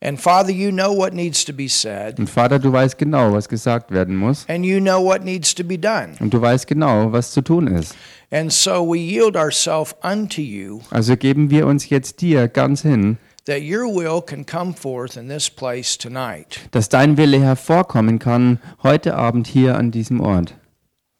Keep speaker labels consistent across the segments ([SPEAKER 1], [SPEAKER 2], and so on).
[SPEAKER 1] And Father, you know what needs to be said,
[SPEAKER 2] Und Vater, du weißt genau, was gesagt werden muss.
[SPEAKER 1] and you know what needs to be done.
[SPEAKER 2] Und du weißt genau, was zu tun ist.
[SPEAKER 1] And so we yield ourselves unto you
[SPEAKER 2] Also geben wir uns jetzt dir ganz hin,
[SPEAKER 1] that your will can come forth in this place tonight.
[SPEAKER 2] dass dein Wille hervorkommen kann heute Abend hier an diesem Ort.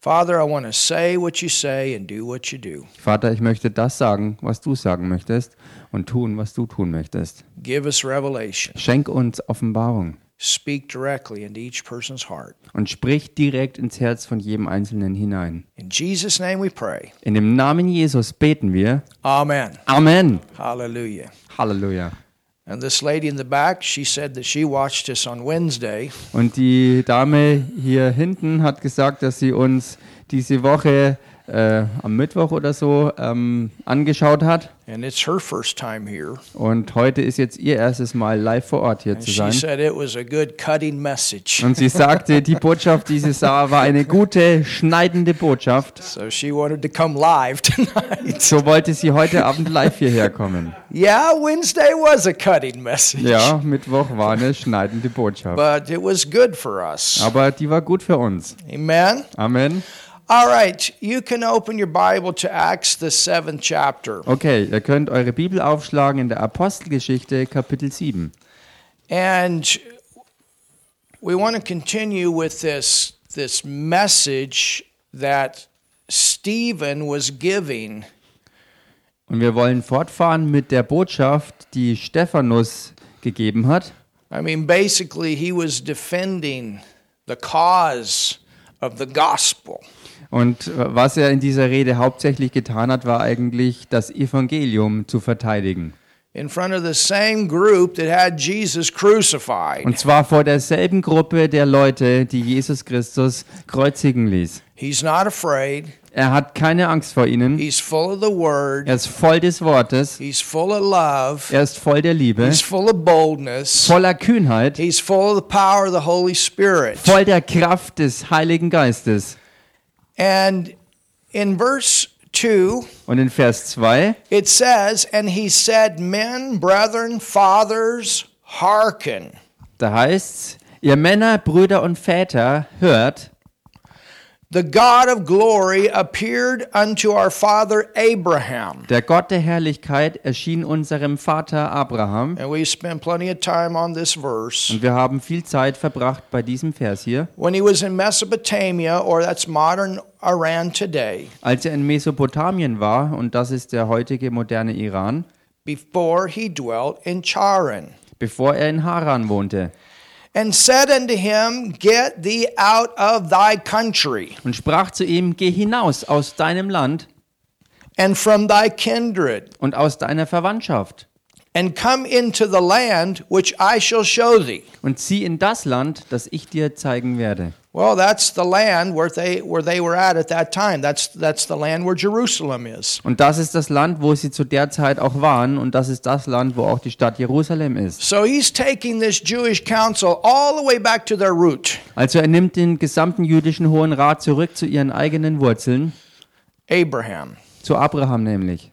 [SPEAKER 1] Father, I want to say what you say and do what you do.
[SPEAKER 2] Vater, ich möchte das sagen, was du sagen möchtest und tun, was du tun möchtest.
[SPEAKER 1] Give us revelation.
[SPEAKER 2] Schenk uns Offenbarung
[SPEAKER 1] Speak directly into each person's heart.
[SPEAKER 2] und sprich direkt ins Herz von jedem Einzelnen hinein.
[SPEAKER 1] In Jesus' name we pray.
[SPEAKER 2] In dem Namen Jesus beten wir.
[SPEAKER 1] Amen.
[SPEAKER 2] Amen.
[SPEAKER 1] Hallelujah.
[SPEAKER 2] Halleluja.
[SPEAKER 1] And this lady in the back, she said that she watched us on Wednesday.
[SPEAKER 2] Und die Dame hier hinten hat gesagt, dass sie uns diese Woche äh, am Mittwoch oder so ähm, angeschaut hat.
[SPEAKER 1] and it's her first time here.
[SPEAKER 2] Und heute ist jetzt ihr erstes Mal live vor Ort hier
[SPEAKER 1] And
[SPEAKER 2] zu
[SPEAKER 1] she
[SPEAKER 2] sein.
[SPEAKER 1] said it was a good cutting message.
[SPEAKER 2] Und sie sagte, die Botschaft, die sie sah, war eine gute, schneidende Botschaft.
[SPEAKER 1] So she wanted to come live tonight.
[SPEAKER 2] So wollte sie heute Abend live hierher kommen.
[SPEAKER 1] yeah, Wednesday was a cutting message.
[SPEAKER 2] Ja, Mittwoch war eine schneidende Botschaft.
[SPEAKER 1] But it was good for us.
[SPEAKER 2] Aber die war gut für uns.
[SPEAKER 1] Amen.
[SPEAKER 2] Amen.
[SPEAKER 1] All right, you can open your Bible to Acts, the seventh chapter.
[SPEAKER 2] Okay, ihr könnt eure Bibel aufschlagen in der Apostelgeschichte Kapitel 7.
[SPEAKER 1] And we want to continue with this, this message that Stephen was giving
[SPEAKER 2] Und wir wollen fortfahren mit der Botschaft, die Stephanus gegeben hat.
[SPEAKER 1] I mean, basically, he was defending the cause of the gospel.
[SPEAKER 2] Und äh, was er in dieser Rede hauptsächlich getan hat, war eigentlich das Evangelium zu verteidigen.
[SPEAKER 1] In front of the same group that had Jesus crucified,
[SPEAKER 2] Und zwar vor derselben Gruppe der Leute, die Jesus Christus kreuzigen ließ.
[SPEAKER 1] he's not afraid.
[SPEAKER 2] Er hat keine Angst vor ihnen.
[SPEAKER 1] He's full of the word.
[SPEAKER 2] Er ist voll des Wortes.
[SPEAKER 1] He's full of love.
[SPEAKER 2] Er ist voll der Liebe,
[SPEAKER 1] He's full of boldness.
[SPEAKER 2] voller Kühnheit,
[SPEAKER 1] He's full of the power of the Holy Spirit.
[SPEAKER 2] voll der Kraft des Heiligen Geistes.
[SPEAKER 1] And in verse 2,
[SPEAKER 2] Und in Vers 2
[SPEAKER 1] it says, And he said, Men, brethren, fathers, hearken.
[SPEAKER 2] Da heißt's, ihr Männer, Brüder und Väter, hört,
[SPEAKER 1] The God of glory appeared unto our father Abraham.
[SPEAKER 2] der Gott der Herrlichkeit erschien unserem Vater Abraham.
[SPEAKER 1] And we spent plenty of time on this verse.
[SPEAKER 2] Und wir haben viel Zeit verbracht bei diesem Vers hier.
[SPEAKER 1] When he was in Mesopotamia, or that's modern Iran today,
[SPEAKER 2] Als er in Mesopotamien war, und das ist der heutige moderne Iran,
[SPEAKER 1] before he dwelt in Charan,
[SPEAKER 2] bevor er in Haran wohnte,
[SPEAKER 1] and said unto him, Get thee out of thy country,
[SPEAKER 2] und sprach zu ihm, geh hinaus aus deinem Land
[SPEAKER 1] and from thy kindred,
[SPEAKER 2] und aus deiner Verwandtschaft
[SPEAKER 1] and come into the land which I shall show thee.
[SPEAKER 2] und zieh in das Land, das ich dir zeigen werde.
[SPEAKER 1] Well, that's the land where they, where they were at at that time. That's, that's the land where Jerusalem is.
[SPEAKER 2] Und das ist das Land, wo sie zu der Zeit auch waren, und das ist das Land, wo auch die Stadt Jerusalem ist.
[SPEAKER 1] So he's taking this Jewish council all the way back to their root.
[SPEAKER 2] Also er nimmt den gesamten jüdischen Hohen Rat zurück zu ihren eigenen Wurzeln,
[SPEAKER 1] Abraham.
[SPEAKER 2] zu Abraham nämlich.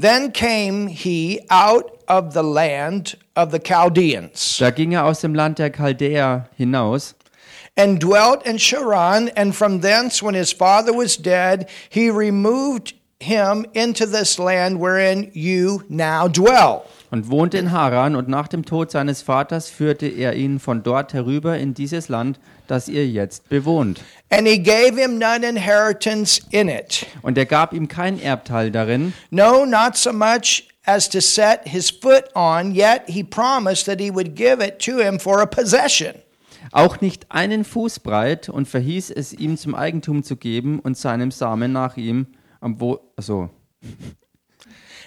[SPEAKER 1] Then came he out of the land of the Chaldeans
[SPEAKER 2] Da ging er aus dem Land der Chaldäer hinaus
[SPEAKER 1] and dwelt in Sharon. And from thence, when his father was dead, he removed him into this land wherein you now dwell.
[SPEAKER 2] und wohnte in Haran und nach dem Tod seines Vaters führte er ihn von dort herüber in dieses Land, das ihr jetzt bewohnt.
[SPEAKER 1] And he gave him none inheritance in it,
[SPEAKER 2] Und er gab ihm kein Erbteil darin,
[SPEAKER 1] no, not so much as to set his foot on, yet he promised that he would give it to him for a possession.
[SPEAKER 2] auch nicht einen Fuß breit und verhieß es ihm zum Eigentum zu geben und seinem Samen nach ihm, am wo also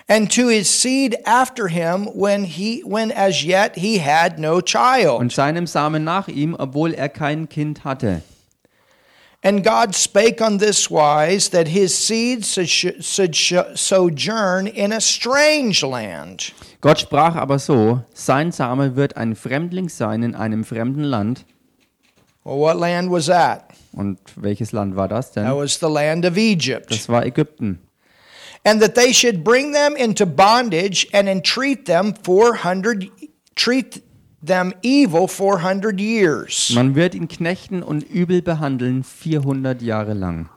[SPEAKER 1] and to his seed after him when he when as yet he had no child
[SPEAKER 2] und seinem Samen nach ihm, obwohl er kein Kind hatte.
[SPEAKER 1] and god spake on this wise that his seed should, should sho- sojourn in a strange land
[SPEAKER 2] Gott sprach aber so, sein Same wird ein Fremdling sein in einem fremden Land.
[SPEAKER 1] well what land was that
[SPEAKER 2] Und welches Land war das
[SPEAKER 1] that
[SPEAKER 2] denn?
[SPEAKER 1] was the land of egypt
[SPEAKER 2] Das war Ägypten.
[SPEAKER 1] and that they should bring them into bondage and entreat them 400 treat them evil 400 years.
[SPEAKER 2] Man wird ihn knechten und übel behandeln 400 Jahre lang.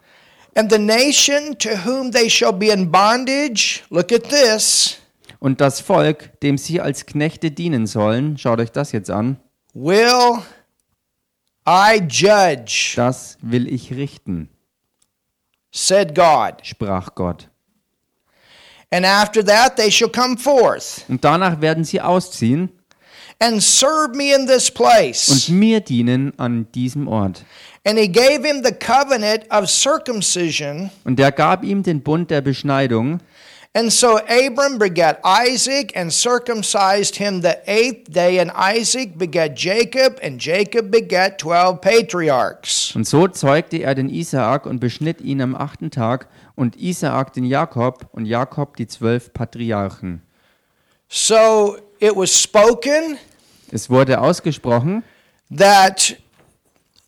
[SPEAKER 1] And the nation to whom they shall be in bondage, look at this,
[SPEAKER 2] Und das Volk, dem sie als Knechte dienen sollen, schaut euch das jetzt an,
[SPEAKER 1] will I judge,
[SPEAKER 2] das will ich richten,
[SPEAKER 1] said God.
[SPEAKER 2] sprach Gott.
[SPEAKER 1] And after that they shall come forth
[SPEAKER 2] Und danach werden sie ausziehen
[SPEAKER 1] and serve me in this
[SPEAKER 2] und
[SPEAKER 1] place.
[SPEAKER 2] mir dienen an diesem Ort.
[SPEAKER 1] And he gave him the covenant of circumcision.
[SPEAKER 2] Und er gab ihm den Bund der Beschneidung.
[SPEAKER 1] And so Abram begat Isaac and circumcised him the eighth day, and Isaac begat Jacob, and Jacob begat twelve patriarchs.
[SPEAKER 2] Und so zeugte er den Isaak und beschnitt ihn am achten Tag und Isaak den Jakob und Jakob die zwölf Patriarchen.
[SPEAKER 1] So it was spoken
[SPEAKER 2] Es wurde ausgesprochen,
[SPEAKER 1] that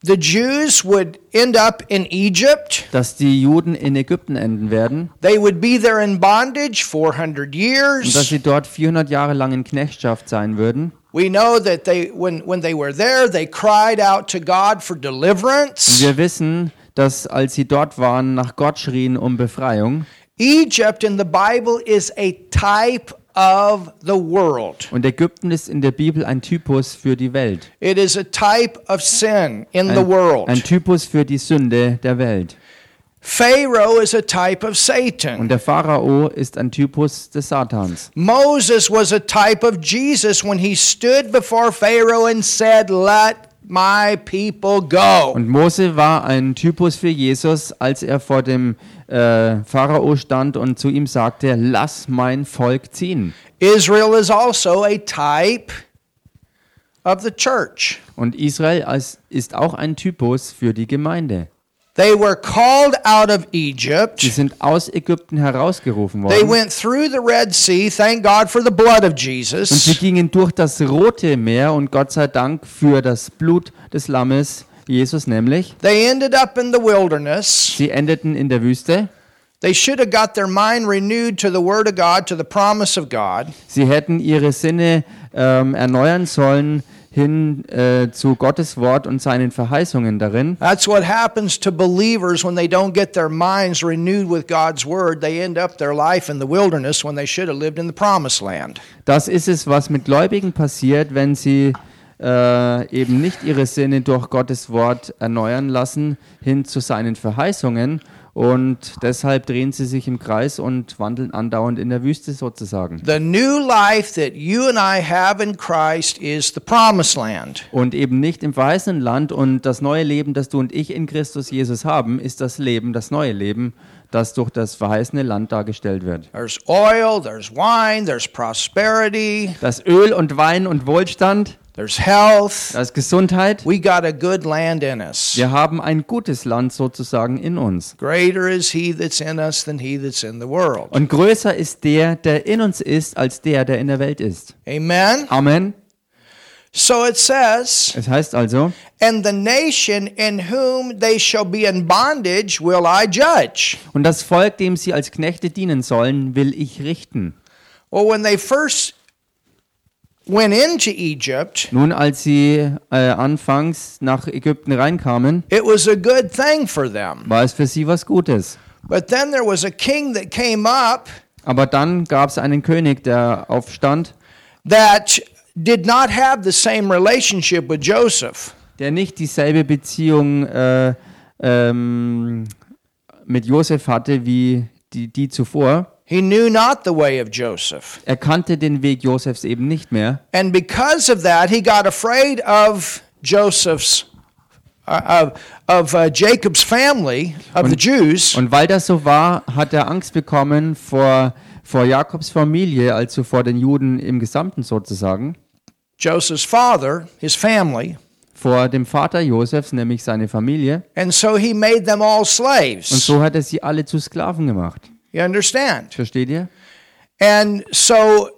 [SPEAKER 1] the Jews would end up in Egypt.
[SPEAKER 2] dass die Juden in Ägypten enden werden
[SPEAKER 1] They would be there in bondage 400
[SPEAKER 2] und dass
[SPEAKER 1] years.
[SPEAKER 2] sie dort 400 Jahre lang in Knechtschaft sein würden.
[SPEAKER 1] We know that they, when, when they were there, they cried out to God for deliverance.
[SPEAKER 2] Wir wissen, dass als sie dort waren, nach Gott schrien um Befreiung.
[SPEAKER 1] Egypt in the Bible is a type of the world.
[SPEAKER 2] Und Ägypten ist in der Bibel ein Typus für die Welt.
[SPEAKER 1] It is a type of sin in the
[SPEAKER 2] Ein,
[SPEAKER 1] world.
[SPEAKER 2] ein Typus für die Sünde der Welt.
[SPEAKER 1] Pharaoh is a type of
[SPEAKER 2] Und
[SPEAKER 1] Satan.
[SPEAKER 2] der Pharao ist ein Typus des Satans.
[SPEAKER 1] Moses was a type of Jesus when he stood before Pharaoh and said, Let my people go.
[SPEAKER 2] Und Mose war ein Typus für Jesus, als er vor dem äh, Pharao stand und zu ihm sagte, lass mein Volk ziehen.
[SPEAKER 1] Israel is also a type of the church.
[SPEAKER 2] Und Israel als, ist auch ein Typus für die Gemeinde.
[SPEAKER 1] They were called out of
[SPEAKER 2] Sie
[SPEAKER 1] Egypt.
[SPEAKER 2] sind aus Ägypten herausgerufen
[SPEAKER 1] They
[SPEAKER 2] worden.
[SPEAKER 1] went through the Red Sea. Thank God for the blood of
[SPEAKER 2] Und sie
[SPEAKER 1] Jesus.
[SPEAKER 2] gingen durch das Rote Meer und Gott sei Dank für das Blut des Lammes, Jesus nämlich.
[SPEAKER 1] They ended up in the wilderness.
[SPEAKER 2] Sie endeten in der Wüste.
[SPEAKER 1] They should have got their mind renewed to the Word of God, to the promise of God.
[SPEAKER 2] Sie hätten ihre Sinne ähm, erneuern sollen hin äh, zu Gottes Wort und seinen Verheißungen darin.
[SPEAKER 1] That's what happens to believers when they don't get their minds renewed with God's Word. They end up their life in the wilderness when they should have lived in the promised land.
[SPEAKER 2] Das ist es, was mit Gläubigen passiert, wenn sie äh, eben nicht ihre Sinne durch Gottes Wort erneuern lassen, hin zu seinen Verheißungen. Und deshalb drehen sie sich im Kreis und wandeln andauernd in der Wüste sozusagen.
[SPEAKER 1] The new life that you and I have in Christ is the promised land.
[SPEAKER 2] Und eben nicht im verheißenen Land. Und das neue Leben, das du und ich in Christus Jesus haben, ist das Leben, das neue Leben, das durch das verheißene Land dargestellt wird.
[SPEAKER 1] There's oil, there's wine, there's prosperity,
[SPEAKER 2] Das Öl und Wein und Wohlstand,
[SPEAKER 1] there's health.
[SPEAKER 2] das Gesundheit.
[SPEAKER 1] We got a good land in us.
[SPEAKER 2] Wir haben ein gutes Land sozusagen in uns.
[SPEAKER 1] Greater is He that's in us than He that's in the world.
[SPEAKER 2] Und größer ist der, der in uns ist, als der, der in der Welt ist.
[SPEAKER 1] Amen.
[SPEAKER 2] Amen.
[SPEAKER 1] So it says,
[SPEAKER 2] Es heißt also,
[SPEAKER 1] And the nation in whom they shall be in bondage will I judge.
[SPEAKER 2] und das Volk, dem sie als Knechte dienen sollen, will ich richten.
[SPEAKER 1] Well, when they first went into Egypt,
[SPEAKER 2] Nun, als sie äh, anfangs nach Ägypten reinkamen,
[SPEAKER 1] it was a good thing for them.
[SPEAKER 2] war es für sie was Gutes.
[SPEAKER 1] But then there was a king that came up
[SPEAKER 2] Aber dann gab es einen König, der aufstand,
[SPEAKER 1] that did not have the same relationship with Joseph.
[SPEAKER 2] der nicht dieselbe Beziehung äh, ähm, mit Josef hatte wie die, die zuvor.
[SPEAKER 1] He knew not the way of Joseph.
[SPEAKER 2] Er kannte den Weg Josefs eben nicht mehr.
[SPEAKER 1] And because of that, he got afraid of Joseph's, uh, of, of uh, Jacob's family, of the Jews.
[SPEAKER 2] Und weil das so war, hat er Angst bekommen vor, vor Jakobs Familie, also vor den Juden im Gesamten sozusagen,
[SPEAKER 1] Joseph's father, his family,
[SPEAKER 2] vor dem Vater Josefs, nämlich seine Familie.
[SPEAKER 1] and so he made them all
[SPEAKER 2] Und
[SPEAKER 1] slaves.
[SPEAKER 2] so hat er sie alle zu Sklaven gemacht.
[SPEAKER 1] You understand?
[SPEAKER 2] Versteht ihr?
[SPEAKER 1] And so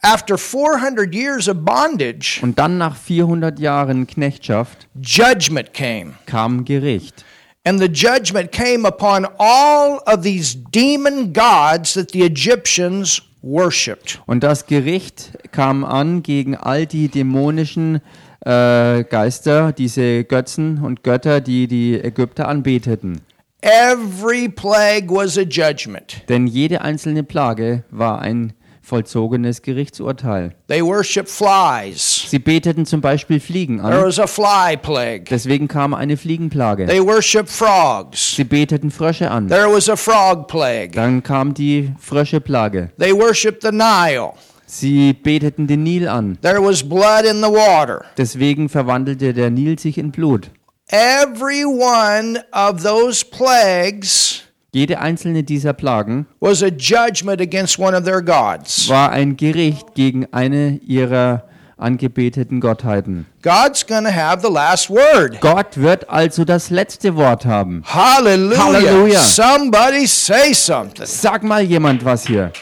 [SPEAKER 1] after 400 years of bondage,
[SPEAKER 2] Und dann nach 400 Jahren Knechtschaft
[SPEAKER 1] judgment came.
[SPEAKER 2] kam Gericht.
[SPEAKER 1] And the judgment came upon all of these demon gods that the Egyptians worshipped.
[SPEAKER 2] Und das Gericht kam an gegen all die dämonischen äh, Geister, diese Götzen und Götter, die die Ägypter anbeteten.
[SPEAKER 1] Every plague was a judgment.
[SPEAKER 2] Denn jede einzelne Plage war ein vollzogenes Gerichtsurteil.
[SPEAKER 1] They worshiped flies.
[SPEAKER 2] Sie beteten zum Beispiel Fliegen
[SPEAKER 1] There
[SPEAKER 2] an,
[SPEAKER 1] was a fly plague.
[SPEAKER 2] deswegen kam eine Fliegenplage.
[SPEAKER 1] They worshiped frogs.
[SPEAKER 2] Sie beteten Frösche an,
[SPEAKER 1] There was a frog plague.
[SPEAKER 2] dann kam die Fröscheplage.
[SPEAKER 1] They worshiped the Nile.
[SPEAKER 2] Sie beteten den Nil an,
[SPEAKER 1] There was blood in the water.
[SPEAKER 2] deswegen verwandelte der Nil sich in Blut.
[SPEAKER 1] Every one of those plagues
[SPEAKER 2] Jede einzelne dieser Plagen
[SPEAKER 1] was a judgment against one of their gods.
[SPEAKER 2] war ein Gericht gegen eine ihrer angebeteten Gottheiten.
[SPEAKER 1] God's going to have the last word.
[SPEAKER 2] Gott wird also das letzte Wort haben.
[SPEAKER 1] Hallelujah.
[SPEAKER 2] Hallelujah.
[SPEAKER 1] Somebody say something.
[SPEAKER 2] Sag mal jemand was hier.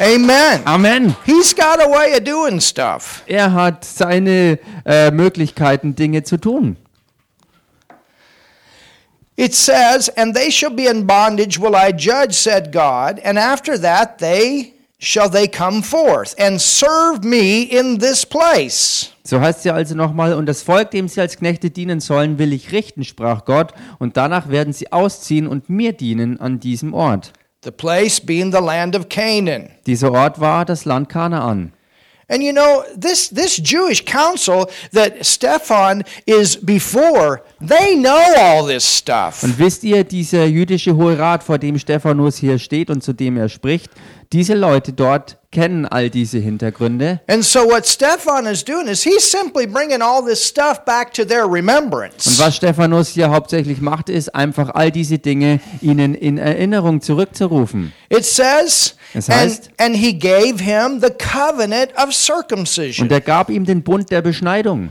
[SPEAKER 1] Amen.
[SPEAKER 2] Amen.
[SPEAKER 1] He's got a way of doing stuff.
[SPEAKER 2] Er hat seine äh, Möglichkeiten, Dinge zu tun.
[SPEAKER 1] It says, And they shall be in bondage will I judge, said God, and after that they shall they come forth and serve me in this place.
[SPEAKER 2] So heißt es ja also nochmal, und das Volk, dem sie als Knechte dienen sollen, will ich richten, sprach Gott, und danach werden sie ausziehen und mir dienen an diesem Ort.
[SPEAKER 1] The place being the land of Canaan.
[SPEAKER 2] Dieser Ort war das Land Kanaan.
[SPEAKER 1] And you know, this, this Jewish council that Stefan is before, they know all this stuff.
[SPEAKER 2] Und wisst ihr, dieser jüdische Hohe Rat, vor dem Stephanus hier steht und zu dem er spricht, diese Leute dort kennen all diese Hintergründe.
[SPEAKER 1] And so what Stefan is doing is he's simply bringing all this stuff back to their
[SPEAKER 2] Und
[SPEAKER 1] remembrance.
[SPEAKER 2] was Stephanus hier hauptsächlich macht, ist einfach all diese Dinge ihnen in Erinnerung zurückzurufen.
[SPEAKER 1] It says,
[SPEAKER 2] Es heißt-
[SPEAKER 1] and, and he gave him the covenant of circumcision.
[SPEAKER 2] Und er gab ihm den Bund der Beschneidung.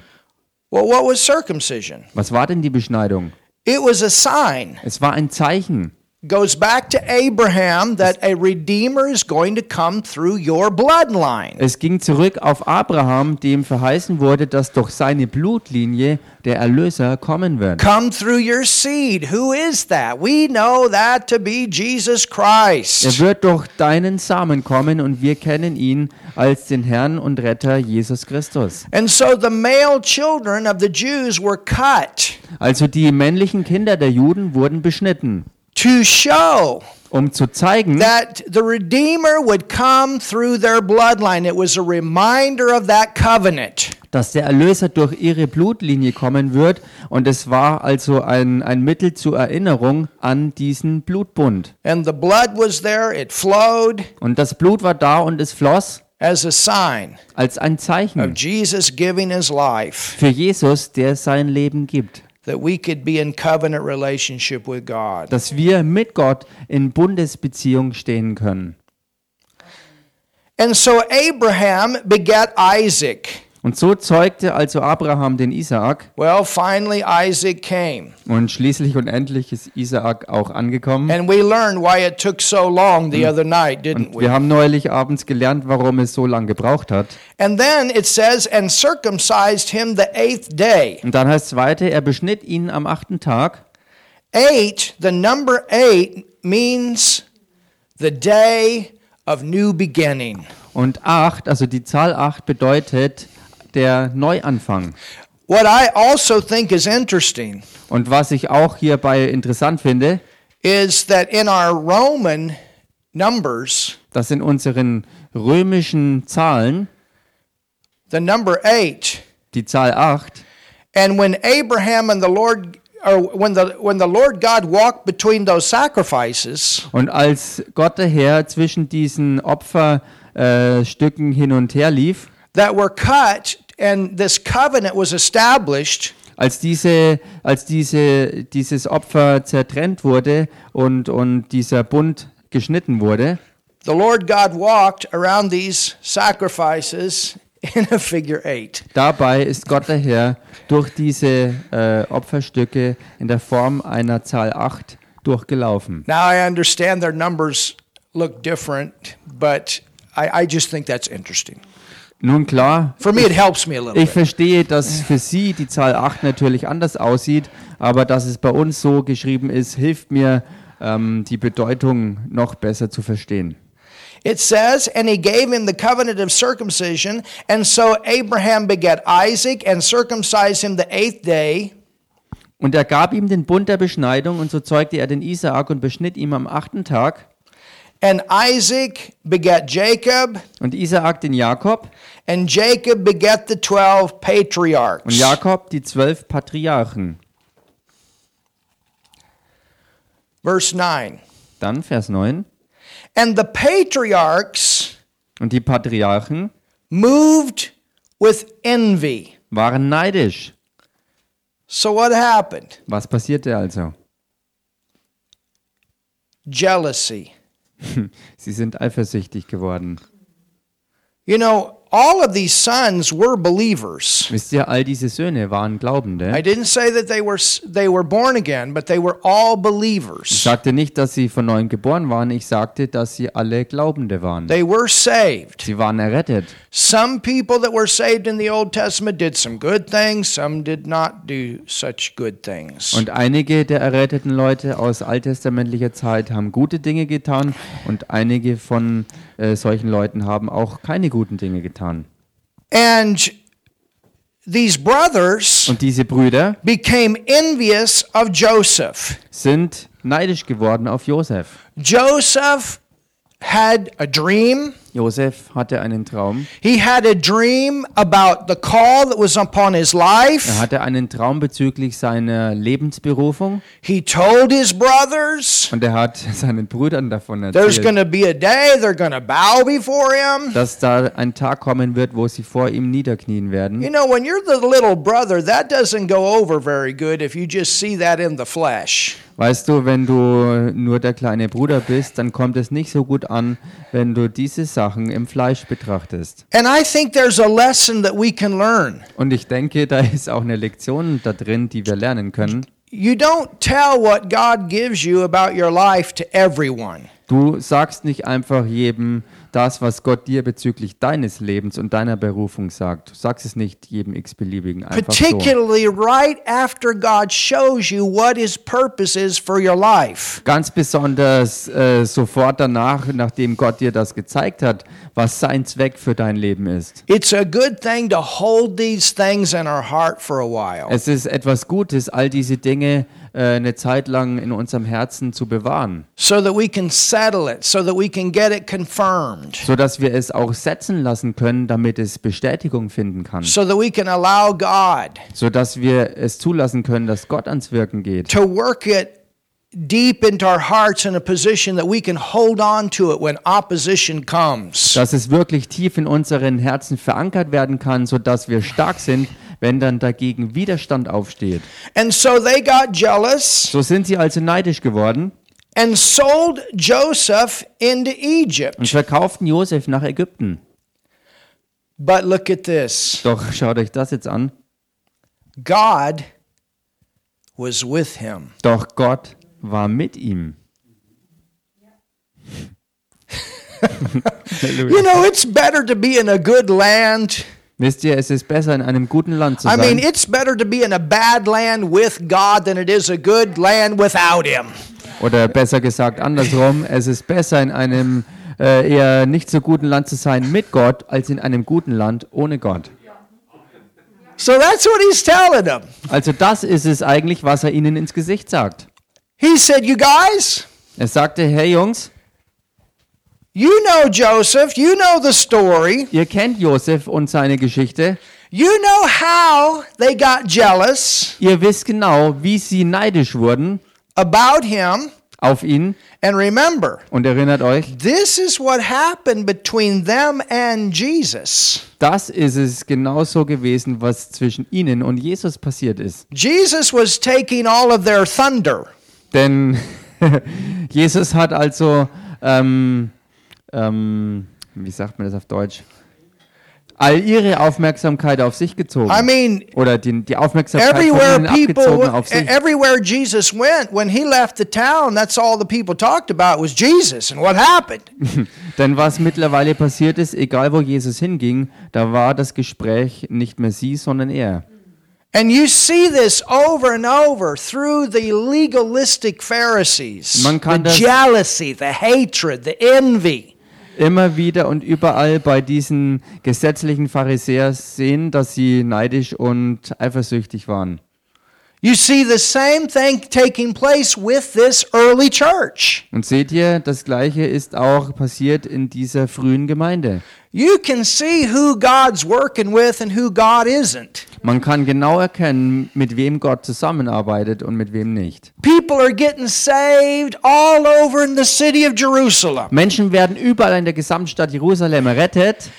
[SPEAKER 1] Well, what was circumcision?
[SPEAKER 2] Was war denn die Beschneidung?
[SPEAKER 1] It was a sign.
[SPEAKER 2] Es war ein Zeichen.
[SPEAKER 1] Goes back to Abraham that a redeemer is going to come through your bloodline.
[SPEAKER 2] Es ging zurück auf Abraham, dem verheißen wurde, dass durch seine Blutlinie der Erlöser kommen wird.
[SPEAKER 1] Come through your seed. Who is that? We know that to be Jesus
[SPEAKER 2] Er
[SPEAKER 1] Christ.
[SPEAKER 2] wird durch deinen Samen kommen und wir kennen ihn als den Herrn und Retter Jesus Christus.
[SPEAKER 1] And so the male children of the Jews were cut
[SPEAKER 2] Also die männlichen Kinder der Juden wurden beschnitten,
[SPEAKER 1] to show
[SPEAKER 2] um zu zeigen,
[SPEAKER 1] that the Redeemer would come through their bloodline. It was a reminder of that covenant.
[SPEAKER 2] dass der Erlöser durch ihre Blutlinie kommen wird. Und es war also ein, ein Mittel zur Erinnerung an diesen Blutbund.
[SPEAKER 1] And the blood was there, it flowed
[SPEAKER 2] Und das Blut war da und es floss
[SPEAKER 1] as a sign
[SPEAKER 2] als ein
[SPEAKER 1] of
[SPEAKER 2] Zeichen
[SPEAKER 1] Jesus giving his life
[SPEAKER 2] für Jesus, der sein Leben gibt.
[SPEAKER 1] that we could be in covenant relationship with God.
[SPEAKER 2] Dass wir mit Gott in Bundesbeziehung stehen können.
[SPEAKER 1] And so Abraham begat Isaac.
[SPEAKER 2] Und so zeugte also Abraham den Isaak
[SPEAKER 1] Well, finally, Isaac came.
[SPEAKER 2] und schließlich und endlich ist Isaak auch angekommen.
[SPEAKER 1] And we learned why it took so long the other night, didn't we?
[SPEAKER 2] Wir haben neulich abends gelernt, warum es so lange gebraucht hat.
[SPEAKER 1] And then it says, and circumcised him the eighth day.
[SPEAKER 2] Und dann heißt es weiter, er beschnitt ihn am achten Tag.
[SPEAKER 1] Eight, the number eight, means the day of new beginning.
[SPEAKER 2] Und acht, also die Zahl acht bedeutet der Neuanfang.
[SPEAKER 1] What I also think is interesting
[SPEAKER 2] Und was ich auch hierbei interessant finde,
[SPEAKER 1] is that in our Roman numbers,
[SPEAKER 2] dass in unseren römischen Zahlen
[SPEAKER 1] the number eight,
[SPEAKER 2] die Zahl acht
[SPEAKER 1] and when Abraham and the Lord, or when the, when the Lord God walked between those sacrifices,
[SPEAKER 2] und als Gott der Herr zwischen diesen Opferstücken äh, Stücken hin und her lief,
[SPEAKER 1] that were cut and this covenant was established,
[SPEAKER 2] Als, diese, als diese, dieses Opfer zertrennt wurde und, und dieser Bund geschnitten wurde,
[SPEAKER 1] the Lord God walked around these sacrifices in a figure eight.
[SPEAKER 2] dabei ist Gott der Herr durch diese äh, Opferstücke in der Form einer Zahl 8 durchgelaufen.
[SPEAKER 1] Now I understand their numbers look different, but I, I just think that's interesting.
[SPEAKER 2] Nun klar,
[SPEAKER 1] For me, it helps me a little
[SPEAKER 2] ich
[SPEAKER 1] bit.
[SPEAKER 2] verstehe, dass für Sie die Zahl 8 natürlich anders aussieht, aber dass es bei uns so geschrieben ist, hilft mir, ähm, die Bedeutung noch besser zu verstehen.
[SPEAKER 1] It says, And he gave him the covenant of circumcision. And so Abraham begat Isaac and circumcised him the eighth day.
[SPEAKER 2] Und er gab ihm den Bund der Beschneidung, und so zeugte er den Isaak und beschnitt ihm am achten Tag.
[SPEAKER 1] And Isaac begat Jacob.
[SPEAKER 2] Und Isaak den Jakob
[SPEAKER 1] And Jacob begat the twelve
[SPEAKER 2] und
[SPEAKER 1] patriarchs.
[SPEAKER 2] Jakob die zwölf Patriarchen.
[SPEAKER 1] Verse 9.
[SPEAKER 2] Dann Vers 9.
[SPEAKER 1] And the patriarchs
[SPEAKER 2] Und die Patriarchen
[SPEAKER 1] moved with envy.
[SPEAKER 2] waren neidisch.
[SPEAKER 1] So what happened?
[SPEAKER 2] Was passierte also?
[SPEAKER 1] Jealousy.
[SPEAKER 2] Sie sind eifersüchtig geworden.
[SPEAKER 1] You know, all of these sons were believers.
[SPEAKER 2] Wisst ihr, all diese Söhne waren Glaubende.
[SPEAKER 1] I didn't say that they were they were born again, but they were all
[SPEAKER 2] Ich
[SPEAKER 1] believers.
[SPEAKER 2] sagte nicht, dass sie von neuem geboren waren, ich sagte, dass sie alle Glaubende waren.
[SPEAKER 1] They were saved.
[SPEAKER 2] Sie waren errettet.
[SPEAKER 1] Some people that were saved in the Old Testament did some good things, some did not do such good things.
[SPEAKER 2] Und einige der erretteten Leute aus alttestamentlicher Zeit haben gute Dinge getan und einige von äh, solchen Leuten haben auch keine guten Dinge getan.
[SPEAKER 1] And these brothers
[SPEAKER 2] Und diese Brüder
[SPEAKER 1] became envious of Joseph.
[SPEAKER 2] sind neidisch geworden auf Josef.
[SPEAKER 1] Joseph had a dream.
[SPEAKER 2] Josef hatte einen Traum.
[SPEAKER 1] He had a dream about the call that was upon his
[SPEAKER 2] Er
[SPEAKER 1] life.
[SPEAKER 2] hatte einen Traum bezüglich seiner Lebensberufung
[SPEAKER 1] He told his brothers
[SPEAKER 2] und er hat seinen Brüdern davon
[SPEAKER 1] there's
[SPEAKER 2] erzählt,
[SPEAKER 1] going to be a day they're going to bow before him.
[SPEAKER 2] dass da ein Tag kommen wird, wo sie vor ihm niederknien
[SPEAKER 1] You
[SPEAKER 2] werden.
[SPEAKER 1] know, when you're the little brother, that doesn't go over very good if you just see that in the flesh.
[SPEAKER 2] Weißt du, wenn du nur der kleine Bruder bist, dann kommt es nicht so gut an, wenn du diese Sachen im Fleisch betrachtest.
[SPEAKER 1] And I think there's a lesson that we can learn.
[SPEAKER 2] Und ich denke, da ist auch eine Lektion da drin, die wir lernen können.
[SPEAKER 1] You don't tell what God gives you about your life to everyone.
[SPEAKER 2] Du sagst nicht einfach jedem das, was Gott dir bezüglich deines Lebens und deiner Berufung sagt. Du sagst es nicht jedem x-beliebigen einfach so.
[SPEAKER 1] particularly right after God shows you what his purpose is for your life.
[SPEAKER 2] Ganz besonders äh, sofort danach, nachdem Gott dir das gezeigt hat, was sein Zweck für dein Leben ist.
[SPEAKER 1] It's a good thing to hold these things in our heart for a while.
[SPEAKER 2] Es ist etwas Gutes, all diese Dinge äh, eine Zeit lang in unserem Herzen zu bewahren,
[SPEAKER 1] so that we can settle it, so that we can get it confirmed,
[SPEAKER 2] sodass wir es auch setzen lassen können, damit es Bestätigung finden kann,
[SPEAKER 1] so that we can allow God
[SPEAKER 2] sodass wir es zulassen können, dass Gott ans Wirken geht.
[SPEAKER 1] to work it deep into our hearts in a position that we can hold on to it when opposition comes.
[SPEAKER 2] Dass es wirklich tief in unseren Herzen verankert werden kann, sodass wir stark sind, wenn dann dagegen Widerstand aufsteht.
[SPEAKER 1] And so they got jealous
[SPEAKER 2] So sind sie also neidisch geworden
[SPEAKER 1] and sold Joseph into
[SPEAKER 2] und
[SPEAKER 1] Egypt.
[SPEAKER 2] verkauften Josef nach Ägypten.
[SPEAKER 1] But look at this
[SPEAKER 2] Doch schaut euch das jetzt an.
[SPEAKER 1] God was with him.
[SPEAKER 2] Doch Gott war mit ihm.
[SPEAKER 1] You know, it's better to be in a good land.
[SPEAKER 2] Wisst ihr, es ist besser, in einem guten Land zu
[SPEAKER 1] I mean,
[SPEAKER 2] sein.
[SPEAKER 1] it's better to be in a bad land with God than it is a good land without Him.
[SPEAKER 2] Oder besser gesagt andersrum, es ist besser, in einem äh, eher nicht so guten Land zu sein mit Gott, als in einem guten Land ohne Gott.
[SPEAKER 1] So that's what He's telling them.
[SPEAKER 2] Also das ist es eigentlich, was er ihnen ins Gesicht sagt.
[SPEAKER 1] He said, You guys,
[SPEAKER 2] Er sagte, hey Jungs,
[SPEAKER 1] you know Joseph, you know the story,
[SPEAKER 2] ihr kennt Josef und seine Geschichte.
[SPEAKER 1] you know how they got jealous
[SPEAKER 2] Ihr wisst genau, wie sie neidisch wurden
[SPEAKER 1] about Him.
[SPEAKER 2] auf ihn.
[SPEAKER 1] And remember,
[SPEAKER 2] Und erinnert euch,
[SPEAKER 1] this is what happened between them and Jesus.
[SPEAKER 2] Das ist es genauso gewesen, was zwischen ihnen und Jesus passiert ist.
[SPEAKER 1] Jesus was taking all of their thunder.
[SPEAKER 2] Denn Jesus hat also, ähm, ähm, wie sagt man das auf Deutsch, all ihre Aufmerksamkeit auf sich gezogen.
[SPEAKER 1] I mean,
[SPEAKER 2] Oder die, die Aufmerksamkeit von
[SPEAKER 1] everywhere
[SPEAKER 2] ihnen
[SPEAKER 1] people, e-
[SPEAKER 2] abgezogen
[SPEAKER 1] w-
[SPEAKER 2] auf sich.
[SPEAKER 1] everywhere Jesus went, when he left the town, that's all the people talked about was Jesus and what happened.
[SPEAKER 2] Denn was mittlerweile passiert ist, egal wo Jesus hinging, da war das Gespräch nicht mehr sie, sondern er.
[SPEAKER 1] And you see this over and over through the legalistic Pharisees.
[SPEAKER 2] Man kann
[SPEAKER 1] the
[SPEAKER 2] das-
[SPEAKER 1] jealousy, the hatred, the envy.
[SPEAKER 2] immer wieder und überall bei diesen gesetzlichen Pharisäern sehen, dass sie neidisch und eifersüchtig waren.
[SPEAKER 1] You see the same thing taking place with this early church.
[SPEAKER 2] Und seht ihr, das Gleiche ist auch passiert in dieser frühen Gemeinde.
[SPEAKER 1] You can see who God's working with and who God isn't.
[SPEAKER 2] Man kann genau erkennen, mit wem Gott zusammenarbeitet und mit wem nicht.
[SPEAKER 1] People are getting saved all over in the city of Jerusalem.
[SPEAKER 2] Menschen werden überall in der Gesamtstadt Jerusalem errettet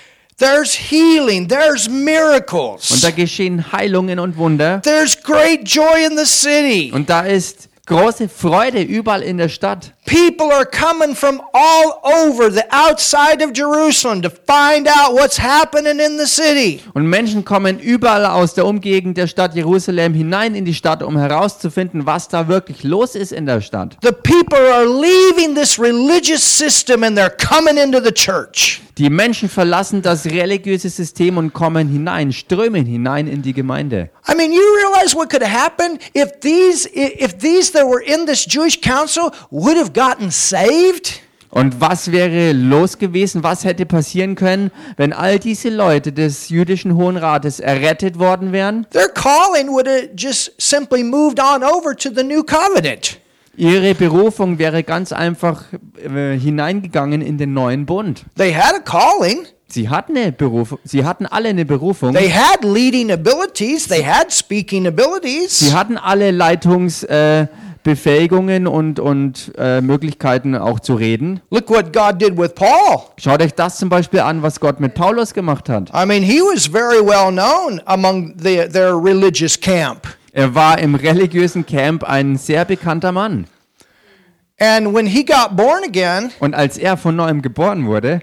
[SPEAKER 1] There's healing, there's
[SPEAKER 2] und
[SPEAKER 1] miracles,
[SPEAKER 2] da geschehen Heilungen und Wunder
[SPEAKER 1] there's great joy in the city.
[SPEAKER 2] und da ist große Freude überall in der Stadt.
[SPEAKER 1] People are coming from all over the outside of Jerusalem to find out what's happening in the city.
[SPEAKER 2] Und Menschen kommen überall aus der Umgegend der Stadt Jerusalem hinein in die Stadt, um herauszufinden, was da wirklich los ist in der Stadt.
[SPEAKER 1] The people are leaving this religious system and they're coming into the church.
[SPEAKER 2] Die Menschen verlassen das religiöse System und kommen hinein, strömen hinein in die Gemeinde.
[SPEAKER 1] I mean, you realize what could have happened if these if these that were in this Jewish council would have gotten saved?
[SPEAKER 2] Und was wäre los gewesen, was hätte passieren können, wenn all diese Leute des jüdischen Hohen Rates errettet worden wären?
[SPEAKER 1] Their calling would have just simply moved on over to the new covenant.
[SPEAKER 2] Ihre Berufung wäre ganz einfach äh, hineingegangen in den neuen Bund.
[SPEAKER 1] They had a calling.
[SPEAKER 2] Sie hatten eine Berufung, sie hatten alle eine Berufung.
[SPEAKER 1] They had leading abilities. They had speaking abilities.
[SPEAKER 2] Sie hatten alle Leitungsbefähigungen äh, Befähigungen und, und äh, Möglichkeiten auch zu reden.
[SPEAKER 1] Look what God did with Paul.
[SPEAKER 2] Schaut euch das zum Beispiel an, was Gott mit Paulus gemacht hat.
[SPEAKER 1] I mean, he was very well known among the, their religious camp.
[SPEAKER 2] Er war im religiösen Camp ein sehr bekannter Mann.
[SPEAKER 1] And when he got born again,
[SPEAKER 2] Und als er von neuem geboren wurde,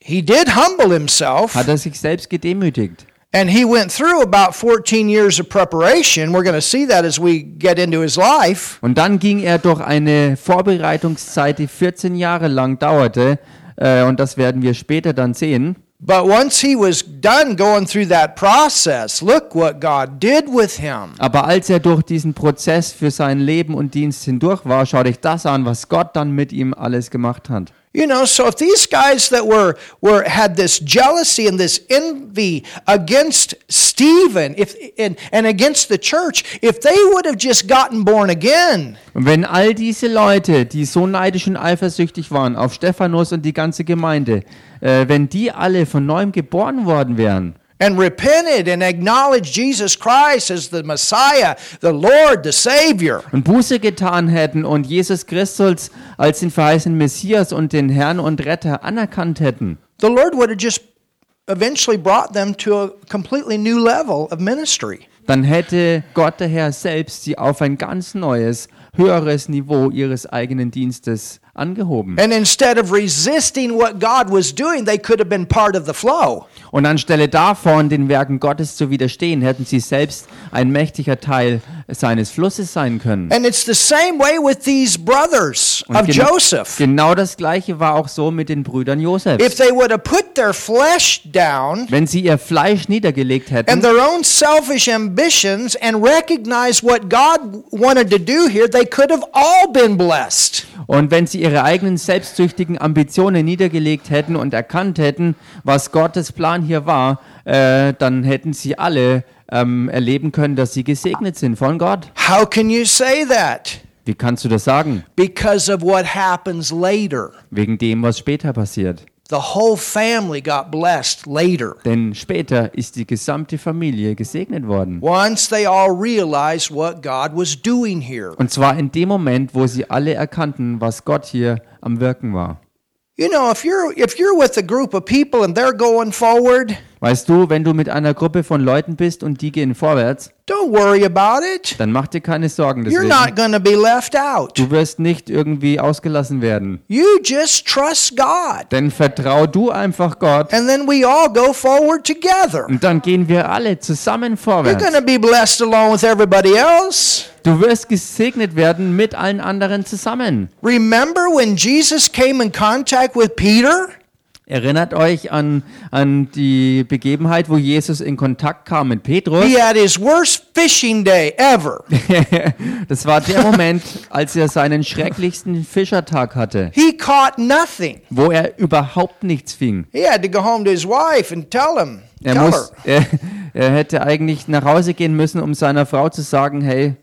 [SPEAKER 1] he did humble himself.
[SPEAKER 2] hat er sich selbst gedemütigt.
[SPEAKER 1] And he went through about 14 years of preparation. We're going to see that as we get into his life.
[SPEAKER 2] Und dann ging er durch eine Vorbereitungszeit, die 14 Jahre lang dauerte. Äh, und das werden wir später dann sehen.
[SPEAKER 1] But once he was done going through that process, look what God did with him.
[SPEAKER 2] Aber als er durch diesen Prozess für sein Leben und Dienst hindurch war, schau dich das an, was Gott dann mit ihm alles gemacht hat.
[SPEAKER 1] You know, so if these guys that were were had this jealousy and this envy against Stephen, if and, and against the church, if they would have just gotten born again,
[SPEAKER 2] Und wenn all diese Leute, die so neidisch und eifersüchtig waren auf Stephanus und die ganze Gemeinde, äh, wenn die alle von neuem geboren worden wären
[SPEAKER 1] and repented and acknowledged Jesus Christ as the Messiah, the Lord, the Savior.
[SPEAKER 2] und Buße getan hätten und Jesus Christus als den verheißenen Messias und den Herrn und Retter anerkannt hätten,
[SPEAKER 1] The Lord would have just eventually brought them to a completely new level of ministry.
[SPEAKER 2] dann hätte Gott der Herr selbst sie auf ein ganz neues, höheres Niveau ihres eigenen Dienstes angehoben.
[SPEAKER 1] And instead of resisting what God was doing, they could have been part of the flow.
[SPEAKER 2] Und anstelle davon, den Werken Gottes zu widerstehen, hätten sie selbst ein mächtiger Teil seines Flusses sein können.
[SPEAKER 1] And it's the same way with these brothers
[SPEAKER 2] Und
[SPEAKER 1] of
[SPEAKER 2] gena-
[SPEAKER 1] Joseph.
[SPEAKER 2] Genau das gleiche war auch so mit den Brüdern
[SPEAKER 1] If
[SPEAKER 2] Josefs.
[SPEAKER 1] they would have put their flesh down
[SPEAKER 2] Wenn sie ihr Fleisch niedergelegt
[SPEAKER 1] and
[SPEAKER 2] hätten
[SPEAKER 1] their own selfish ambitions and recognized what God wanted to do here, they could have all been blessed.
[SPEAKER 2] und wenn sie ihre eigenen selbstsüchtigen Ambitionen niedergelegt hätten und erkannt hätten, was Gottes Plan hier war, äh, dann hätten sie alle ähm, erleben können, dass sie gesegnet sind von Gott.
[SPEAKER 1] How can you say that?
[SPEAKER 2] Wie kannst du das sagen?
[SPEAKER 1] Because of what happens later.
[SPEAKER 2] Wegen dem, was später passiert.
[SPEAKER 1] The whole family got blessed later.
[SPEAKER 2] Denn später ist die gesamte Familie gesegnet worden.
[SPEAKER 1] Once they all realized what God was doing here.
[SPEAKER 2] Und zwar in dem Moment, wo sie alle erkannten, was Gott hier am Wirken war.
[SPEAKER 1] You know, if you're if you're with a group of people and they're going forward,
[SPEAKER 2] Weißt du, wenn du mit einer Gruppe von Leuten bist und die gehen vorwärts,
[SPEAKER 1] don't worry about it.
[SPEAKER 2] dann mach dir keine Sorgen
[SPEAKER 1] You're
[SPEAKER 2] deswegen.
[SPEAKER 1] not going to be left out.
[SPEAKER 2] Du wirst nicht irgendwie ausgelassen werden.
[SPEAKER 1] You just trust God.
[SPEAKER 2] Denn vertrau du einfach Gott
[SPEAKER 1] And then we all go forward together.
[SPEAKER 2] und dann gehen wir alle zusammen
[SPEAKER 1] You're going
[SPEAKER 2] vorwärts.
[SPEAKER 1] to be blessed along with everybody else.
[SPEAKER 2] Du wirst gesegnet werden mit allen anderen zusammen.
[SPEAKER 1] Remember when Jesus came in contact with Peter?
[SPEAKER 2] Erinnert euch an, an die Begebenheit, wo Jesus in Kontakt kam mit Petrus.
[SPEAKER 1] He had his worst fishing day ever.
[SPEAKER 2] Das war der Moment, als er seinen schrecklichsten Fischertag hatte,
[SPEAKER 1] He caught nothing.
[SPEAKER 2] wo er überhaupt nichts fing.
[SPEAKER 1] He had to go home to his wife and tell him.
[SPEAKER 2] Er,
[SPEAKER 1] tell
[SPEAKER 2] muss,
[SPEAKER 1] her.
[SPEAKER 2] er, er hätte eigentlich nach Hause gehen müssen, um seiner Frau zu sagen, hey,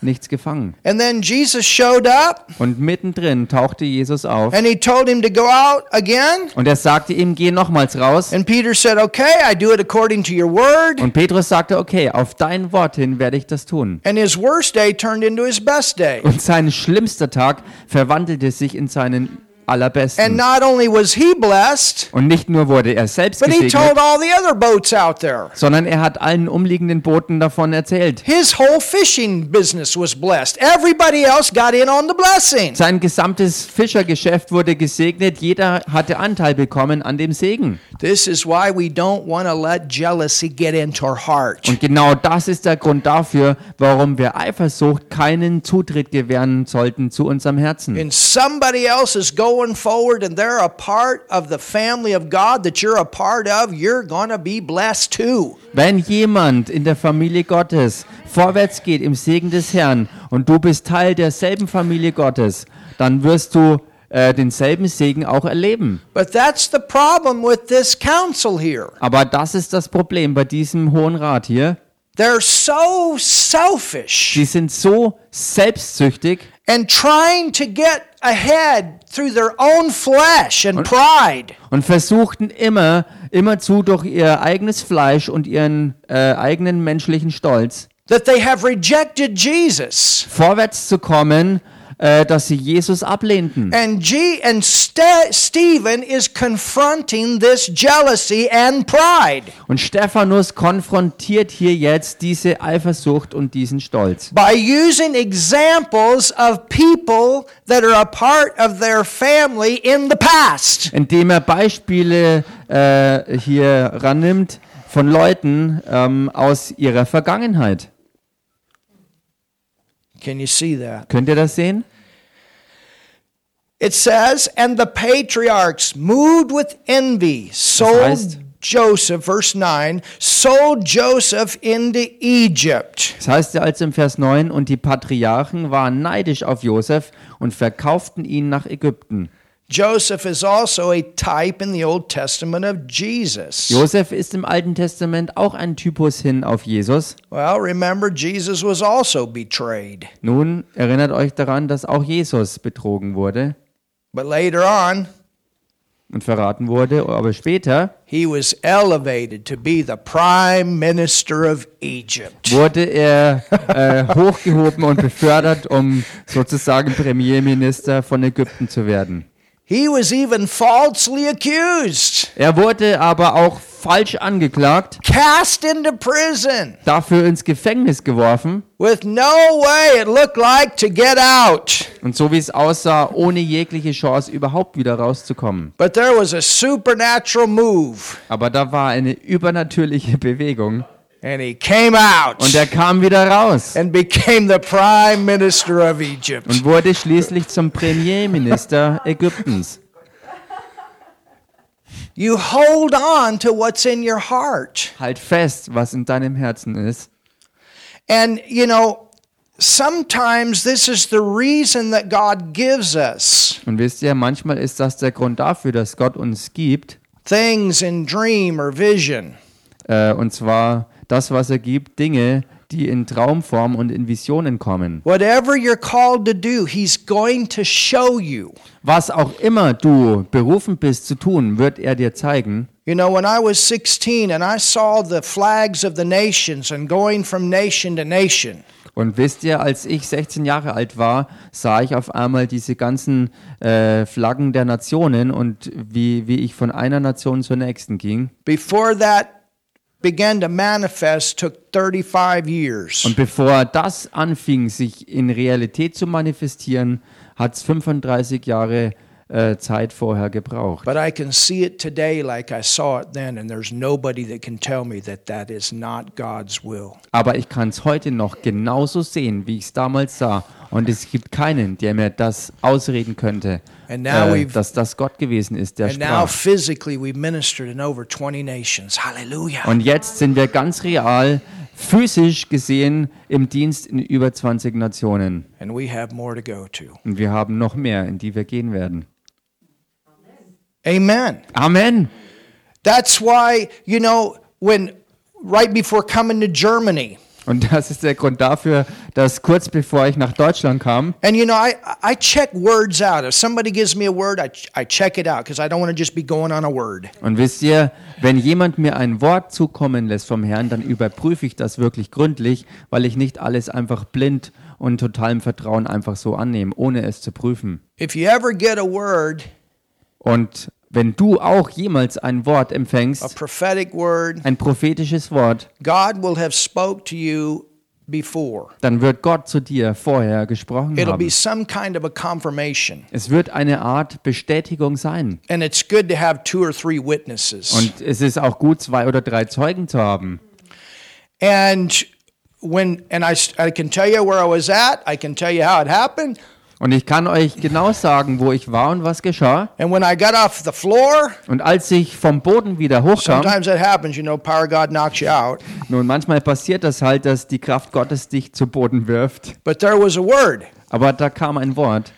[SPEAKER 2] nichts gefangen.
[SPEAKER 1] And then Jesus showed up
[SPEAKER 2] Und mittendrin tauchte Jesus auf
[SPEAKER 1] and he told him to go out again.
[SPEAKER 2] und er sagte ihm, geh nochmals raus.
[SPEAKER 1] And Peter said, Okay, I do it according to your word.
[SPEAKER 2] Und Petrus sagte, okay, auf dein Wort hin werde ich das tun.
[SPEAKER 1] And his worst day turned into his best day.
[SPEAKER 2] Und sein schlimmster Tag verwandelte sich in seinen
[SPEAKER 1] And
[SPEAKER 2] allerbesten.
[SPEAKER 1] not only was he blessed,
[SPEAKER 2] Und nicht nur wurde er selbst
[SPEAKER 1] but he
[SPEAKER 2] gesegnet,
[SPEAKER 1] told all the other boats out there.
[SPEAKER 2] sondern er hat allen umliegenden Booten davon erzählt.
[SPEAKER 1] His whole fishing business was blessed. Everybody else got in on the blessing.
[SPEAKER 2] Sein gesamtes Fischergeschäft wurde gesegnet. Jeder hatte Anteil bekommen an dem Segen.
[SPEAKER 1] This is why we don't want to let jealousy get into our heart.
[SPEAKER 2] Und genau das ist der Grund dafür, warum wir Eifersucht keinen Zutritt gewähren sollten zu unserem Herzen.
[SPEAKER 1] And somebody else is going forward and they're a part of the family of God that you're a part of, you're going to be blessed too.
[SPEAKER 2] Wenn jemand in der Familie Gottes vorwärts geht im Segen des Herrn und du bist Teil derselben Familie Gottes, dann wirst du äh, denselben Segen auch erleben.
[SPEAKER 1] But that's the problem with this council here.
[SPEAKER 2] Aber das ist das Problem bei diesem Hohen Rat hier.
[SPEAKER 1] They're so selfish
[SPEAKER 2] Die sind so selbstsüchtig
[SPEAKER 1] and trying to get ahead through their own flesh and pride.
[SPEAKER 2] und versuchten immer, immerzu durch ihr eigenes Fleisch und ihren äh, eigenen menschlichen Stolz
[SPEAKER 1] that they have rejected Jesus.
[SPEAKER 2] vorwärts zu kommen, äh, dass sie Jesus ablehnten.
[SPEAKER 1] And G and Ste Stephen is confronting this jealousy and pride
[SPEAKER 2] Und Stephanus konfrontiert hier jetzt diese Eifersucht und diesen Stolz.
[SPEAKER 1] by using examples of people that are a part of their family in the past.
[SPEAKER 2] Indem er Beispiele äh, hier rannimmt von Leuten ähm, aus ihrer Vergangenheit.
[SPEAKER 1] Can you see that?
[SPEAKER 2] Könnt ihr das sehen?
[SPEAKER 1] It says, and the patriarchs, moved with envy, sold
[SPEAKER 2] heißt-
[SPEAKER 1] Joseph, verse 9, sold Joseph into Egypt.
[SPEAKER 2] Das heißt ja also im Vers 9, und die Patriarchen waren neidisch auf Josef und verkauften ihn nach Ägypten.
[SPEAKER 1] Joseph is also a type in the Old Testament of Jesus.
[SPEAKER 2] Josef ist im Alten Testament auch ein Typus hin auf Jesus.
[SPEAKER 1] Well, remember, Jesus was also betrayed.
[SPEAKER 2] Nun erinnert euch daran, dass auch Jesus betrogen wurde
[SPEAKER 1] But later on,
[SPEAKER 2] und verraten wurde, aber später
[SPEAKER 1] he was elevated to be the prime minister of Egypt.
[SPEAKER 2] wurde er äh, hochgehoben und befördert, um sozusagen Premierminister von Ägypten zu werden.
[SPEAKER 1] He was even falsely accused,
[SPEAKER 2] Er wurde aber auch falsch angeklagt,
[SPEAKER 1] cast into prison
[SPEAKER 2] dafür ins Gefängnis geworfen
[SPEAKER 1] with no way it looked like to get out.
[SPEAKER 2] und so wie es aussah, ohne jegliche Chance überhaupt wieder rauszukommen.
[SPEAKER 1] But there was a supernatural move,
[SPEAKER 2] Aber da war eine übernatürliche Bewegung
[SPEAKER 1] and he came out
[SPEAKER 2] und er kam wieder raus
[SPEAKER 1] and became the prime minister of Egypt.
[SPEAKER 2] und wurde schließlich zum Premierminister Ägyptens.
[SPEAKER 1] You hold on to what's in your heart.
[SPEAKER 2] Halt fest, was in deinem Herzen ist.
[SPEAKER 1] And, you know, sometimes this is the reason that God gives us
[SPEAKER 2] Und wisst ihr, manchmal ist das der Grund dafür, dass Gott uns gibt,
[SPEAKER 1] things in dream or vision.
[SPEAKER 2] äh, und zwar das, was er gibt, Dinge, die in Traumform und in Visionen kommen.
[SPEAKER 1] Whatever you're called to do, He's going to show you.
[SPEAKER 2] Was auch immer du berufen bist zu tun, wird er dir zeigen.
[SPEAKER 1] You know, when I was 16 and I saw the flags of the nations and going from nation to nation,
[SPEAKER 2] Und wisst ihr, als ich 16 Jahre alt war, sah ich auf einmal diese ganzen äh, Flaggen der Nationen und wie, wie ich von einer Nation zur nächsten ging.
[SPEAKER 1] before that began to manifest, took 35 years.
[SPEAKER 2] Und bevor das anfing, sich in Realität zu manifestieren, hat es 35 Jahre äh, Zeit vorher gebraucht.
[SPEAKER 1] But I can see it today like I saw it then, and there's nobody that can tell me that that is not God's will.
[SPEAKER 2] Aber ich kann es heute noch genauso sehen, wie ich es damals sah. Und es gibt keinen, der mir das ausreden könnte,
[SPEAKER 1] And now
[SPEAKER 2] äh,
[SPEAKER 1] we've-
[SPEAKER 2] dass das Gott gewesen ist, der
[SPEAKER 1] And now,
[SPEAKER 2] sprach.
[SPEAKER 1] physically, we ministered in over 20 nations. Hallelujah.
[SPEAKER 2] Und jetzt sind wir ganz real, physisch gesehen, im Dienst in über 20 Nationen.
[SPEAKER 1] And we have more to go to.
[SPEAKER 2] Und wir haben noch mehr, in die wir gehen werden.
[SPEAKER 1] Amen.
[SPEAKER 2] Amen.
[SPEAKER 1] That's why, you know, when right before coming to Germany,
[SPEAKER 2] Und das ist der Grund dafür, dass kurz bevor ich nach Deutschland kam,
[SPEAKER 1] and you know, I, I check words out. If somebody gives me a word, I, I check it out because I don't want to just be going on a word.
[SPEAKER 2] und wisst ihr, wenn jemand mir ein Wort zukommen lässt vom Herrn, dann überprüfe ich das wirklich gründlich, weil ich nicht alles einfach blind und totalem Vertrauen einfach so annehme, ohne es zu prüfen.
[SPEAKER 1] If you ever get a word,
[SPEAKER 2] Und wenn du auch jemals ein Wort
[SPEAKER 1] a
[SPEAKER 2] empfängst,
[SPEAKER 1] prophetic word,
[SPEAKER 2] ein prophetisches Wort,
[SPEAKER 1] God will have spoke to you before.
[SPEAKER 2] dann wird Gott zu dir vorher gesprochen
[SPEAKER 1] It'll be
[SPEAKER 2] haben.
[SPEAKER 1] some kind of a confirmation.
[SPEAKER 2] Es wird eine Art Bestätigung sein.
[SPEAKER 1] And it's good to have two or three witnesses.
[SPEAKER 2] Und es ist auch gut, zwei oder drei Zeugen zu haben.
[SPEAKER 1] And when and I, I can tell you where I was at, I can tell you how it happened.
[SPEAKER 2] Und ich kann euch genau sagen, wo ich war und was geschah.
[SPEAKER 1] And when I got off the floor,
[SPEAKER 2] Und als ich vom Boden wieder hochkam,
[SPEAKER 1] sometimes that happens, you know, power of God knocks you out.
[SPEAKER 2] nun manchmal passiert das halt, dass die Kraft Gottes dich zu Boden wirft.
[SPEAKER 1] But there was a word.
[SPEAKER 2] Aber da kam ein Wort.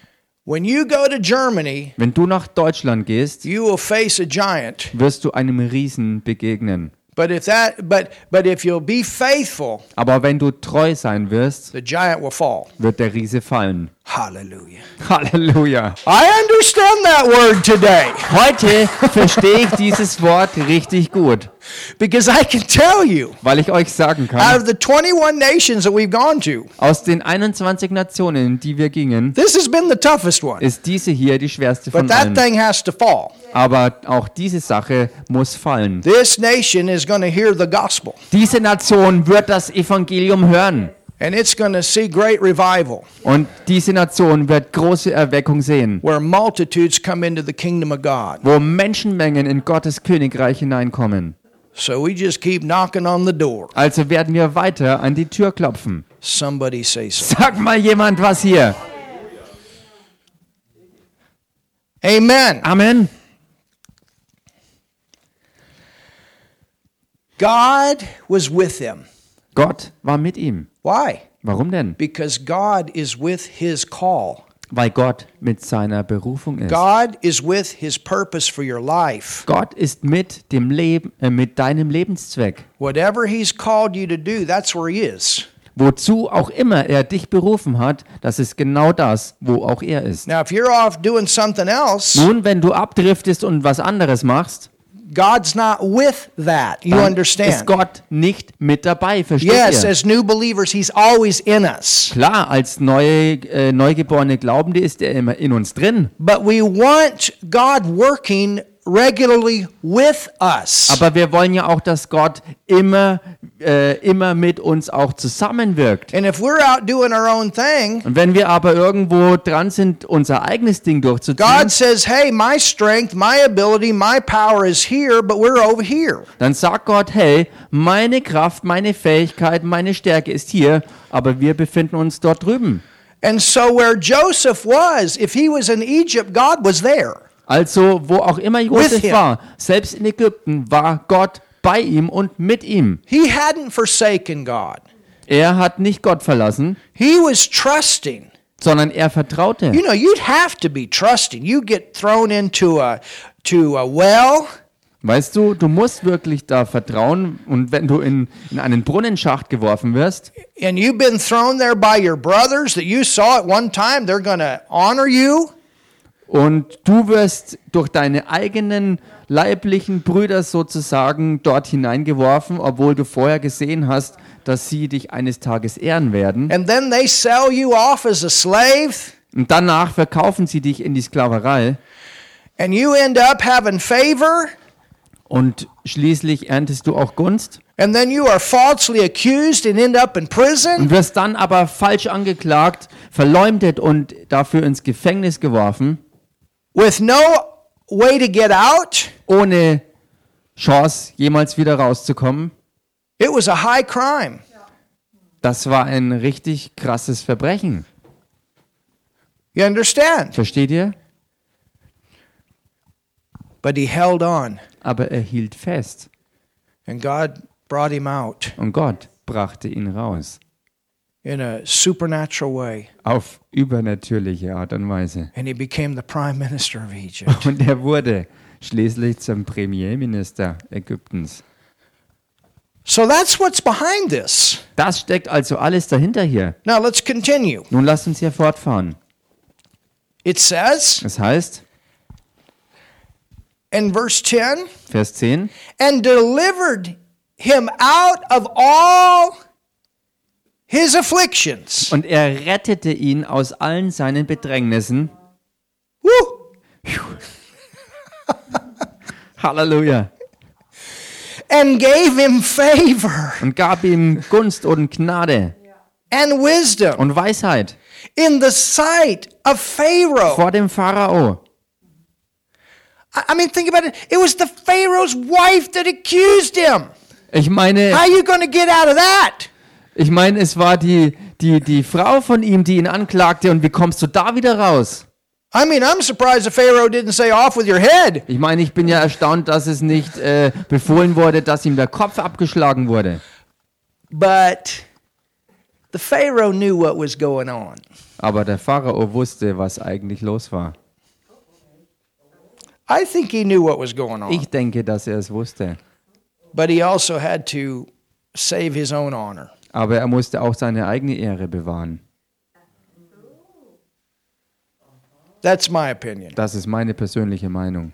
[SPEAKER 1] When you go to Germany,
[SPEAKER 2] Wenn du nach Deutschland gehst,
[SPEAKER 1] you will face a giant.
[SPEAKER 2] wirst du einem Riesen begegnen.
[SPEAKER 1] But if that but but if you'll be faithful,
[SPEAKER 2] Aber wenn du treu sein wirst,
[SPEAKER 1] the giant will fall.
[SPEAKER 2] wird der Riese fallen.
[SPEAKER 1] Hallelujah.
[SPEAKER 2] Halleluja.
[SPEAKER 1] I understand that word today
[SPEAKER 2] Heute verstehe ich dieses Wort richtig gut,
[SPEAKER 1] because I can tell you
[SPEAKER 2] weil ich euch sagen
[SPEAKER 1] out
[SPEAKER 2] kann,
[SPEAKER 1] of the 21 nations that we've gone to,
[SPEAKER 2] aus den 21 Nationen, in die wir gingen,
[SPEAKER 1] this has been the toughest one.
[SPEAKER 2] ist diese hier die schwerste
[SPEAKER 1] But
[SPEAKER 2] von
[SPEAKER 1] that
[SPEAKER 2] allen.
[SPEAKER 1] thing has to fall.
[SPEAKER 2] Aber auch diese Sache muss fallen.
[SPEAKER 1] This nation is going to hear the gospel
[SPEAKER 2] Diese Nation wird das Evangelium hören.
[SPEAKER 1] and it's going to see great revival
[SPEAKER 2] Und diese Nation wird große Erweckung sehen,
[SPEAKER 1] where multitudes come into the kingdom of God.
[SPEAKER 2] wo Menschenmengen in Gottes Königreich hineinkommen.
[SPEAKER 1] So we just keep knocking on the door.
[SPEAKER 2] Also werden wir weiter an die Tür klopfen.
[SPEAKER 1] Somebody say so.
[SPEAKER 2] Sag mal jemand was hier.
[SPEAKER 1] Amen.
[SPEAKER 2] Amen.
[SPEAKER 1] God was with them.
[SPEAKER 2] Gott war mit ihm.
[SPEAKER 1] Why?
[SPEAKER 2] Warum denn?
[SPEAKER 1] Because God is with his call.
[SPEAKER 2] Weil Gott mit seiner Berufung ist.
[SPEAKER 1] God is with his purpose for your life.
[SPEAKER 2] Gott ist mit dem Leben, äh, mit deinem Lebenszweck.
[SPEAKER 1] Whatever he's called you to do, that's where he is.
[SPEAKER 2] Wozu auch immer er dich berufen hat, das ist genau das, wo auch er ist.
[SPEAKER 1] Now, if you're off doing something else,
[SPEAKER 2] Nun, wenn du abdriftest und was anderes machst,
[SPEAKER 1] God's not with that. You
[SPEAKER 2] dann ist
[SPEAKER 1] understand?
[SPEAKER 2] Gott nicht mit dabei, versteht
[SPEAKER 1] Yes,
[SPEAKER 2] ihr?
[SPEAKER 1] as new believers, He's always in us.
[SPEAKER 2] Klar, als neue, äh, neugeborene Glaubende ist er immer in uns drin.
[SPEAKER 1] But we want God working regularly with us.
[SPEAKER 2] Aber wir wollen ja auch, dass Gott immer, äh, immer mit uns auch zusammenwirkt.
[SPEAKER 1] And if we're out doing our own thing,
[SPEAKER 2] Und wenn wir aber irgendwo dran sind, unser eigenes Ding durchzuziehen,
[SPEAKER 1] God says, hey, my strength, my ability, my power is here, but we're over here.
[SPEAKER 2] dann sagt Gott, hey, meine Kraft, meine Fähigkeit, meine Stärke ist hier, aber wir befinden uns dort drüben.
[SPEAKER 1] And so, where Joseph was, if he was in Egypt, God was there.
[SPEAKER 2] Also, wo auch immer Josef
[SPEAKER 1] him.
[SPEAKER 2] war, selbst in Ägypten war Gott bei ihm und mit ihm.
[SPEAKER 1] He hadn't forsaken God,
[SPEAKER 2] Er hat nicht Gott verlassen,
[SPEAKER 1] he was trusting.
[SPEAKER 2] sondern er vertraute.
[SPEAKER 1] You know, you'd have to be trusting. You get thrown into a to a well,
[SPEAKER 2] Weißt du, du musst wirklich da vertrauen und wenn du in, in einen Brunnenschacht geworfen wirst
[SPEAKER 1] and you've been thrown there by your brothers that you saw at one time, they're going to honor you.
[SPEAKER 2] und du wirst durch deine eigenen leiblichen Brüder sozusagen dort hineingeworfen, obwohl du vorher gesehen hast, dass sie dich eines Tages ehren werden.
[SPEAKER 1] And then they sell you off as a slave,
[SPEAKER 2] Und danach verkaufen sie dich in die Sklaverei
[SPEAKER 1] and you end up having favor,
[SPEAKER 2] und schließlich erntest du auch Gunst.
[SPEAKER 1] and then you are falsely accused and end up in prison.
[SPEAKER 2] und wirst dann aber falsch angeklagt, verleumdet und dafür ins Gefängnis geworfen.
[SPEAKER 1] with no way to get out,
[SPEAKER 2] ohne Chance, jemals wieder rauszukommen.
[SPEAKER 1] it was a high crime.
[SPEAKER 2] Das war ein richtig krasses Verbrechen.
[SPEAKER 1] You understand?
[SPEAKER 2] Versteht ihr?
[SPEAKER 1] But he held on,
[SPEAKER 2] Aber er hielt fest
[SPEAKER 1] and God brought him out
[SPEAKER 2] und Gott brachte ihn raus.
[SPEAKER 1] in a supernatural way,
[SPEAKER 2] Auf übernatürliche Art und Weise.
[SPEAKER 1] and he became the prime minister of Egypt.
[SPEAKER 2] Und er wurde schließlich zum Premierminister Ägyptens.
[SPEAKER 1] so that's what's behind this.
[SPEAKER 2] Das steckt also alles dahinter hier.
[SPEAKER 1] Now let's continue.
[SPEAKER 2] Nun lasst uns hier fortfahren.
[SPEAKER 1] It says
[SPEAKER 2] Das heißt,
[SPEAKER 1] in verse 10
[SPEAKER 2] Vers 10,
[SPEAKER 1] and delivered him out of all his afflictions.
[SPEAKER 2] und er rettete ihn aus allen seinen Bedrängnissen.
[SPEAKER 1] Woo!
[SPEAKER 2] Halleluja.
[SPEAKER 1] And gave him favor
[SPEAKER 2] Und gab ihm Gunst und Gnade
[SPEAKER 1] and wisdom
[SPEAKER 2] und Weisheit
[SPEAKER 1] in the sight of Pharaoh.
[SPEAKER 2] vor dem Pharao.
[SPEAKER 1] I I mean, think about it. It was the Pharaoh's wife that accused him.
[SPEAKER 2] Ich meine,
[SPEAKER 1] How are you going to get out of that?
[SPEAKER 2] ich meine, es war die, die, die Frau von ihm, die ihn anklagte. Und wie kommst du da wieder raus?
[SPEAKER 1] I mean, I'm surprised the Pharaoh didn't say, off with your head.
[SPEAKER 2] Ich meine, ich bin ja erstaunt, dass es nicht äh, befohlen wurde, dass ihm der Kopf abgeschlagen wurde.
[SPEAKER 1] But the Pharaoh knew what was going on.
[SPEAKER 2] Aber der Pharao wusste, was eigentlich los war.
[SPEAKER 1] I think he knew what was going on.
[SPEAKER 2] Ich denke, dass er es wusste.
[SPEAKER 1] but he also had to save his own honor.
[SPEAKER 2] Aber er musste auch seine eigene Ehre bewahren.
[SPEAKER 1] That's my opinion.
[SPEAKER 2] Das ist meine persönliche Meinung.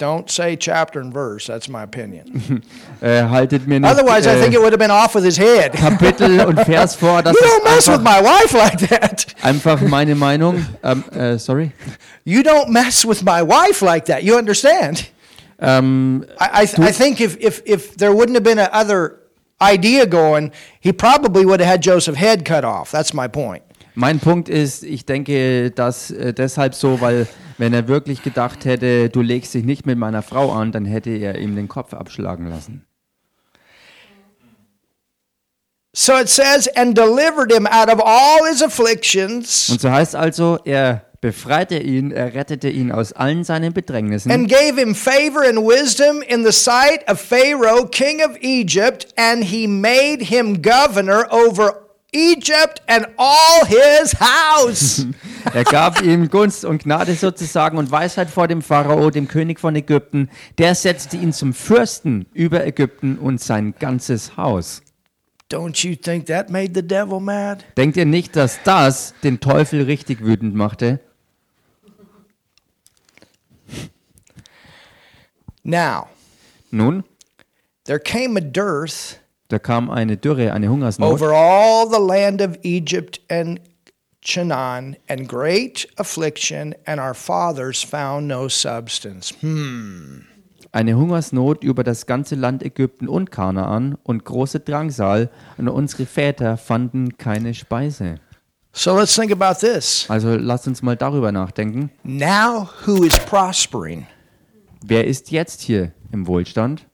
[SPEAKER 1] Don't say chapter and verse. That's my opinion.
[SPEAKER 2] Äh, haltet mir nicht
[SPEAKER 1] Otherwise, I think
[SPEAKER 2] äh,
[SPEAKER 1] it would have been off with his head. you
[SPEAKER 2] Kapitel und Vers vor. Das
[SPEAKER 1] don't mess
[SPEAKER 2] ist
[SPEAKER 1] with
[SPEAKER 2] einfach,
[SPEAKER 1] my wife like that.
[SPEAKER 2] einfach meine Meinung. Ähm, äh, sorry.
[SPEAKER 1] You don't mess with my wife like that. You understand?
[SPEAKER 2] Ähm,
[SPEAKER 1] I, I, I think if, if, if there wouldn't have been a other idea going, he probably would have had Joseph's head cut off. That's my point.
[SPEAKER 2] Mein Punkt ist, ich denke, dass äh, deshalb so, weil wenn er wirklich gedacht hätte, du legst dich nicht mit meiner Frau an, dann hätte er ihm den Kopf abschlagen lassen.
[SPEAKER 1] So it says, and delivered him out of all his afflictions
[SPEAKER 2] Und so heißt also, er befreite ihn, er rettete ihn aus allen seinen Bedrängnissen
[SPEAKER 1] and gave him favor and wisdom in the sight of Pharaoh, king of Egypt, and he made him governor over Egypt and all his house.
[SPEAKER 2] Er gab ihm Gunst und Gnade sozusagen und Weisheit vor dem Pharao, dem König von Ägypten. Der setzte ihn zum Fürsten über Ägypten und sein ganzes Haus.
[SPEAKER 1] Don't you think that made the devil mad?
[SPEAKER 2] Denkt ihr nicht, dass das den Teufel richtig wütend machte?
[SPEAKER 1] Now,
[SPEAKER 2] Nun,
[SPEAKER 1] there came a dearth
[SPEAKER 2] da kam eine Dürre, eine Hungersnot
[SPEAKER 1] over all the land of Egypt and Canaan, and great affliction, and our fathers found no substance. Hmm.
[SPEAKER 2] eine Hungersnot über das ganze Land Ägypten und Kanaan und große Drangsal und unsere Väter fanden keine Speise.
[SPEAKER 1] So let's think about this.
[SPEAKER 2] Also lasst uns mal darüber nachdenken.
[SPEAKER 1] Now, who is prospering?
[SPEAKER 2] Wer ist jetzt hier im Wohlstand?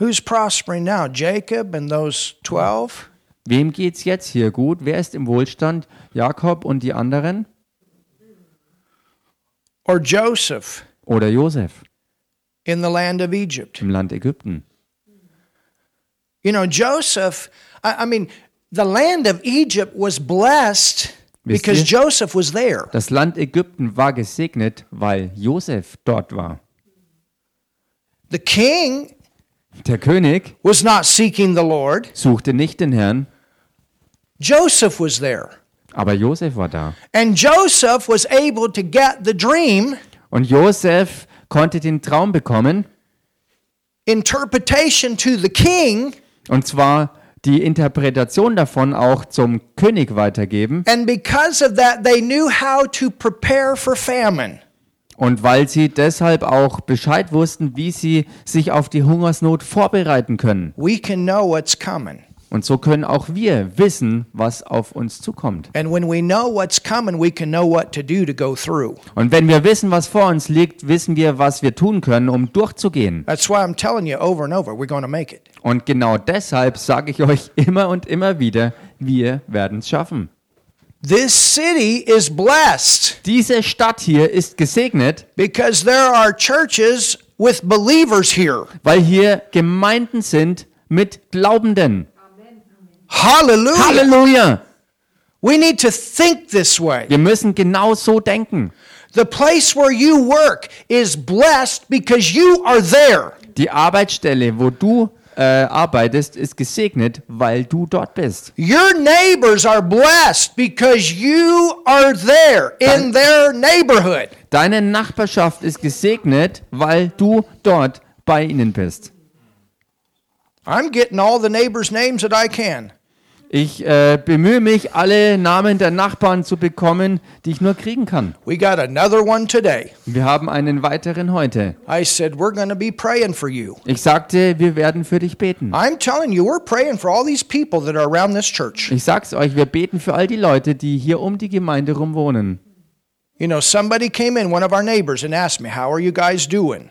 [SPEAKER 1] Who's prospering now? Jacob and those 12?
[SPEAKER 2] Wem geht's jetzt hier gut? Wer ist im Wohlstand? Jakob und die anderen?
[SPEAKER 1] Or Joseph
[SPEAKER 2] Oder Josef
[SPEAKER 1] in the land of Egypt?
[SPEAKER 2] im Land Ägypten?
[SPEAKER 1] You know, Joseph, I, I mean, the land of Egypt was blessed
[SPEAKER 2] Wisst
[SPEAKER 1] because
[SPEAKER 2] ihr?
[SPEAKER 1] Joseph was there.
[SPEAKER 2] Das Land Ägypten war gesegnet, weil Josef dort war.
[SPEAKER 1] The king
[SPEAKER 2] Der König
[SPEAKER 1] was not seeking the Lord,
[SPEAKER 2] suchte nicht den Herrn,
[SPEAKER 1] Joseph was there.
[SPEAKER 2] aber Josef war da.
[SPEAKER 1] And Joseph was able to get the dream
[SPEAKER 2] Und Josef konnte den Traum bekommen,
[SPEAKER 1] interpretation to the king
[SPEAKER 2] und zwar die Interpretation davon auch zum König weitergeben.
[SPEAKER 1] And because of that, they knew how to prepare for famine.
[SPEAKER 2] Und weil sie deshalb auch Bescheid wussten, wie sie sich auf die Hungersnot vorbereiten können.
[SPEAKER 1] We can know what's coming.
[SPEAKER 2] Und so können auch wir wissen, was auf uns zukommt.
[SPEAKER 1] And when we know what's coming, we can know what to do to go through.
[SPEAKER 2] Und wenn wir wissen, was vor uns liegt, wissen wir, was wir tun können, um durchzugehen.
[SPEAKER 1] That's why I'm telling you over and over, we're going to make it.
[SPEAKER 2] Und genau deshalb sage ich euch immer und immer wieder, wir werden es schaffen.
[SPEAKER 1] This city is blessed
[SPEAKER 2] Diese Stadt hier ist gesegnet,
[SPEAKER 1] because there are churches with believers here.
[SPEAKER 2] weil hier Gemeinden sind mit Glaubenden.
[SPEAKER 1] Hallelujah.
[SPEAKER 2] Halleluja!
[SPEAKER 1] We need to think this way.
[SPEAKER 2] Wir müssen genau so denken.
[SPEAKER 1] The place where you work is blessed because you are there.
[SPEAKER 2] Die Arbeitsstelle, wo du äh, arbeitest, ist gesegnet, weil du dort bist.
[SPEAKER 1] Your neighbors are blessed because you are there in their neighborhood.
[SPEAKER 2] Deine Nachbarschaft ist gesegnet, weil du dort bei ihnen bist.
[SPEAKER 1] I'm getting all the neighbors' names that I can.
[SPEAKER 2] Ich äh, bemühe mich, alle Namen der Nachbarn zu bekommen, die ich nur kriegen kann.
[SPEAKER 1] We got another one today.
[SPEAKER 2] Wir haben einen weiteren heute.
[SPEAKER 1] I said, We're going to be praying for you.
[SPEAKER 2] Ich sagte, wir werden für dich beten.
[SPEAKER 1] I'm telling you, we're praying for all these people that are around this church.
[SPEAKER 2] Ich sag's euch, wir beten für all die Leute, die hier um die Gemeinde rum wohnen.
[SPEAKER 1] You know, somebody came in, one of our neighbors, and asked me, How are you guys doing?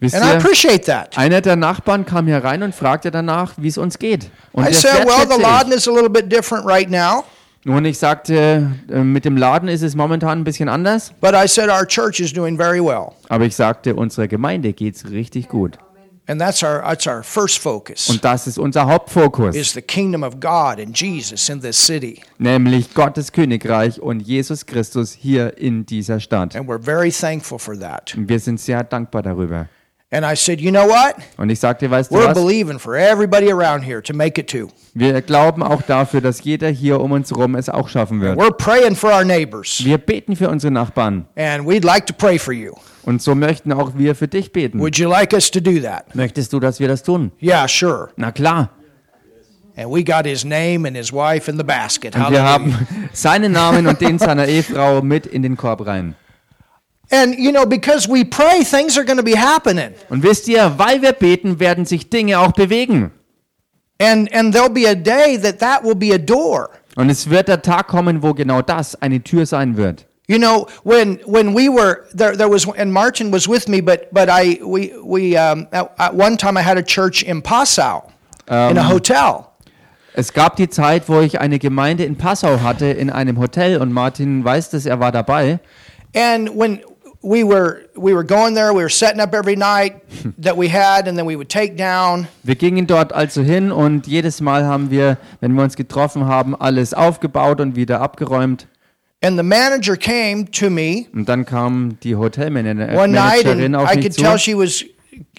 [SPEAKER 2] Wisst
[SPEAKER 1] And I
[SPEAKER 2] ihr,
[SPEAKER 1] appreciate that.
[SPEAKER 2] einer der Nachbarn kam hier rein und fragte danach, wie es uns geht. Und
[SPEAKER 1] I
[SPEAKER 2] das
[SPEAKER 1] said, Well, the
[SPEAKER 2] wertschätze ich.
[SPEAKER 1] Laden is a little bit different right now,
[SPEAKER 2] Nun, ich sagte, äh, mit dem Laden ist es momentan ein bisschen anders,
[SPEAKER 1] but I said, Our church is doing very well.
[SPEAKER 2] aber ich sagte, unserer Gemeinde geht's richtig gut.
[SPEAKER 1] And that's our, that's our first focus.
[SPEAKER 2] Und das ist unser Hauptfokus,
[SPEAKER 1] Is the kingdom of God and Jesus in this city.
[SPEAKER 2] nämlich Gottes Königreich und Jesus Christus hier in dieser Stadt.
[SPEAKER 1] And we're very thankful for that.
[SPEAKER 2] Und wir sind sehr dankbar darüber.
[SPEAKER 1] And I said, You know what?
[SPEAKER 2] Und ich sagte, weißt du
[SPEAKER 1] We're
[SPEAKER 2] was,
[SPEAKER 1] believing for everybody around here to make it too.
[SPEAKER 2] wir glauben auch dafür, dass jeder hier um uns rum es auch schaffen wird.
[SPEAKER 1] We're praying for our neighbors,
[SPEAKER 2] Wir beten für unsere Nachbarn
[SPEAKER 1] and we'd like to pray for you.
[SPEAKER 2] und so möchten auch wir für dich beten.
[SPEAKER 1] Would you like us to do that?
[SPEAKER 2] Möchtest du, dass wir das tun?
[SPEAKER 1] Yeah, sure.
[SPEAKER 2] Na klar.
[SPEAKER 1] And we got his name and his wife in the basket.
[SPEAKER 2] Und wir
[SPEAKER 1] Hallelujah.
[SPEAKER 2] haben seinen Namen und den seiner Ehefrau mit in den Korb rein.
[SPEAKER 1] And you know, because we pray, things are going to be happening,
[SPEAKER 2] Und wisst ihr, weil wir beten, werden sich Dinge auch bewegen.
[SPEAKER 1] and and there'll be a day that that will be a door.
[SPEAKER 2] Und es wird der Tag kommen, wo genau das eine Tür sein wird.
[SPEAKER 1] You know, when when we were there, there was and Martin was with me, but but I we we um, at, at one time I had a church in Passau in a hotel.
[SPEAKER 2] Es gab die Zeit, wo ich eine Gemeinde in Passau hatte, in einem Hotel, und Martin weiß das, er war dabei.
[SPEAKER 1] And when we were we were going there, we were setting up every night that we had, and then we would take down.
[SPEAKER 2] Wir gingen dort also hin und jedes Mal haben wir, wenn wir uns getroffen haben, alles aufgebaut und wieder abgeräumt.
[SPEAKER 1] And the manager came to me
[SPEAKER 2] Und dann kam die
[SPEAKER 1] one night, and
[SPEAKER 2] Hotelmanagerin auf
[SPEAKER 1] Oh I could
[SPEAKER 2] mich
[SPEAKER 1] tell
[SPEAKER 2] zu.
[SPEAKER 1] she was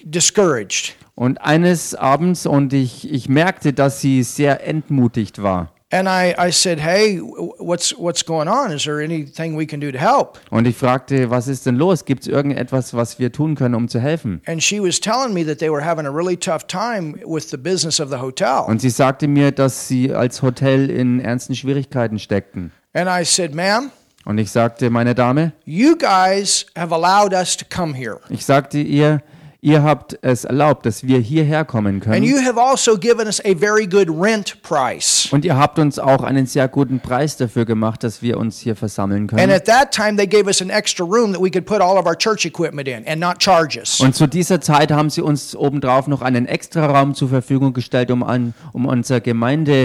[SPEAKER 1] discouraged.
[SPEAKER 2] Und eines Abends, und ich, ich merkte, dass sie sehr entmutigt war.
[SPEAKER 1] And I, I said, "Hey, w- what's what's going on? Is there anything we can do to help?"
[SPEAKER 2] Und ich fragte, was ist denn los? Gibt es irgendetwas, was wir tun können, um zu helfen?
[SPEAKER 1] And she was telling me that they were having a really tough time with the business of the hotel.
[SPEAKER 2] Und sie sagte mir, dass sie als Hotel in ernsten Schwierigkeiten steckten.
[SPEAKER 1] And I said, "Ma'am,
[SPEAKER 2] Und ich sagte, meine Dame,
[SPEAKER 1] you guys have allowed us to come here,
[SPEAKER 2] ich sagte ihr, ihr habt es erlaubt, dass wir hierher kommen
[SPEAKER 1] and
[SPEAKER 2] können.
[SPEAKER 1] you have also given us a very good rent price."
[SPEAKER 2] Und ihr habt uns auch einen sehr guten Preis dafür gemacht, dass wir uns hier versammeln
[SPEAKER 1] And
[SPEAKER 2] können.
[SPEAKER 1] at that time, they gave us an extra room that we could put all of our church equipment in and not charge us.
[SPEAKER 2] Und zu dieser Zeit haben sie uns obendrauf noch einen Extraraum zur Verfügung gestellt, um, an, um unsere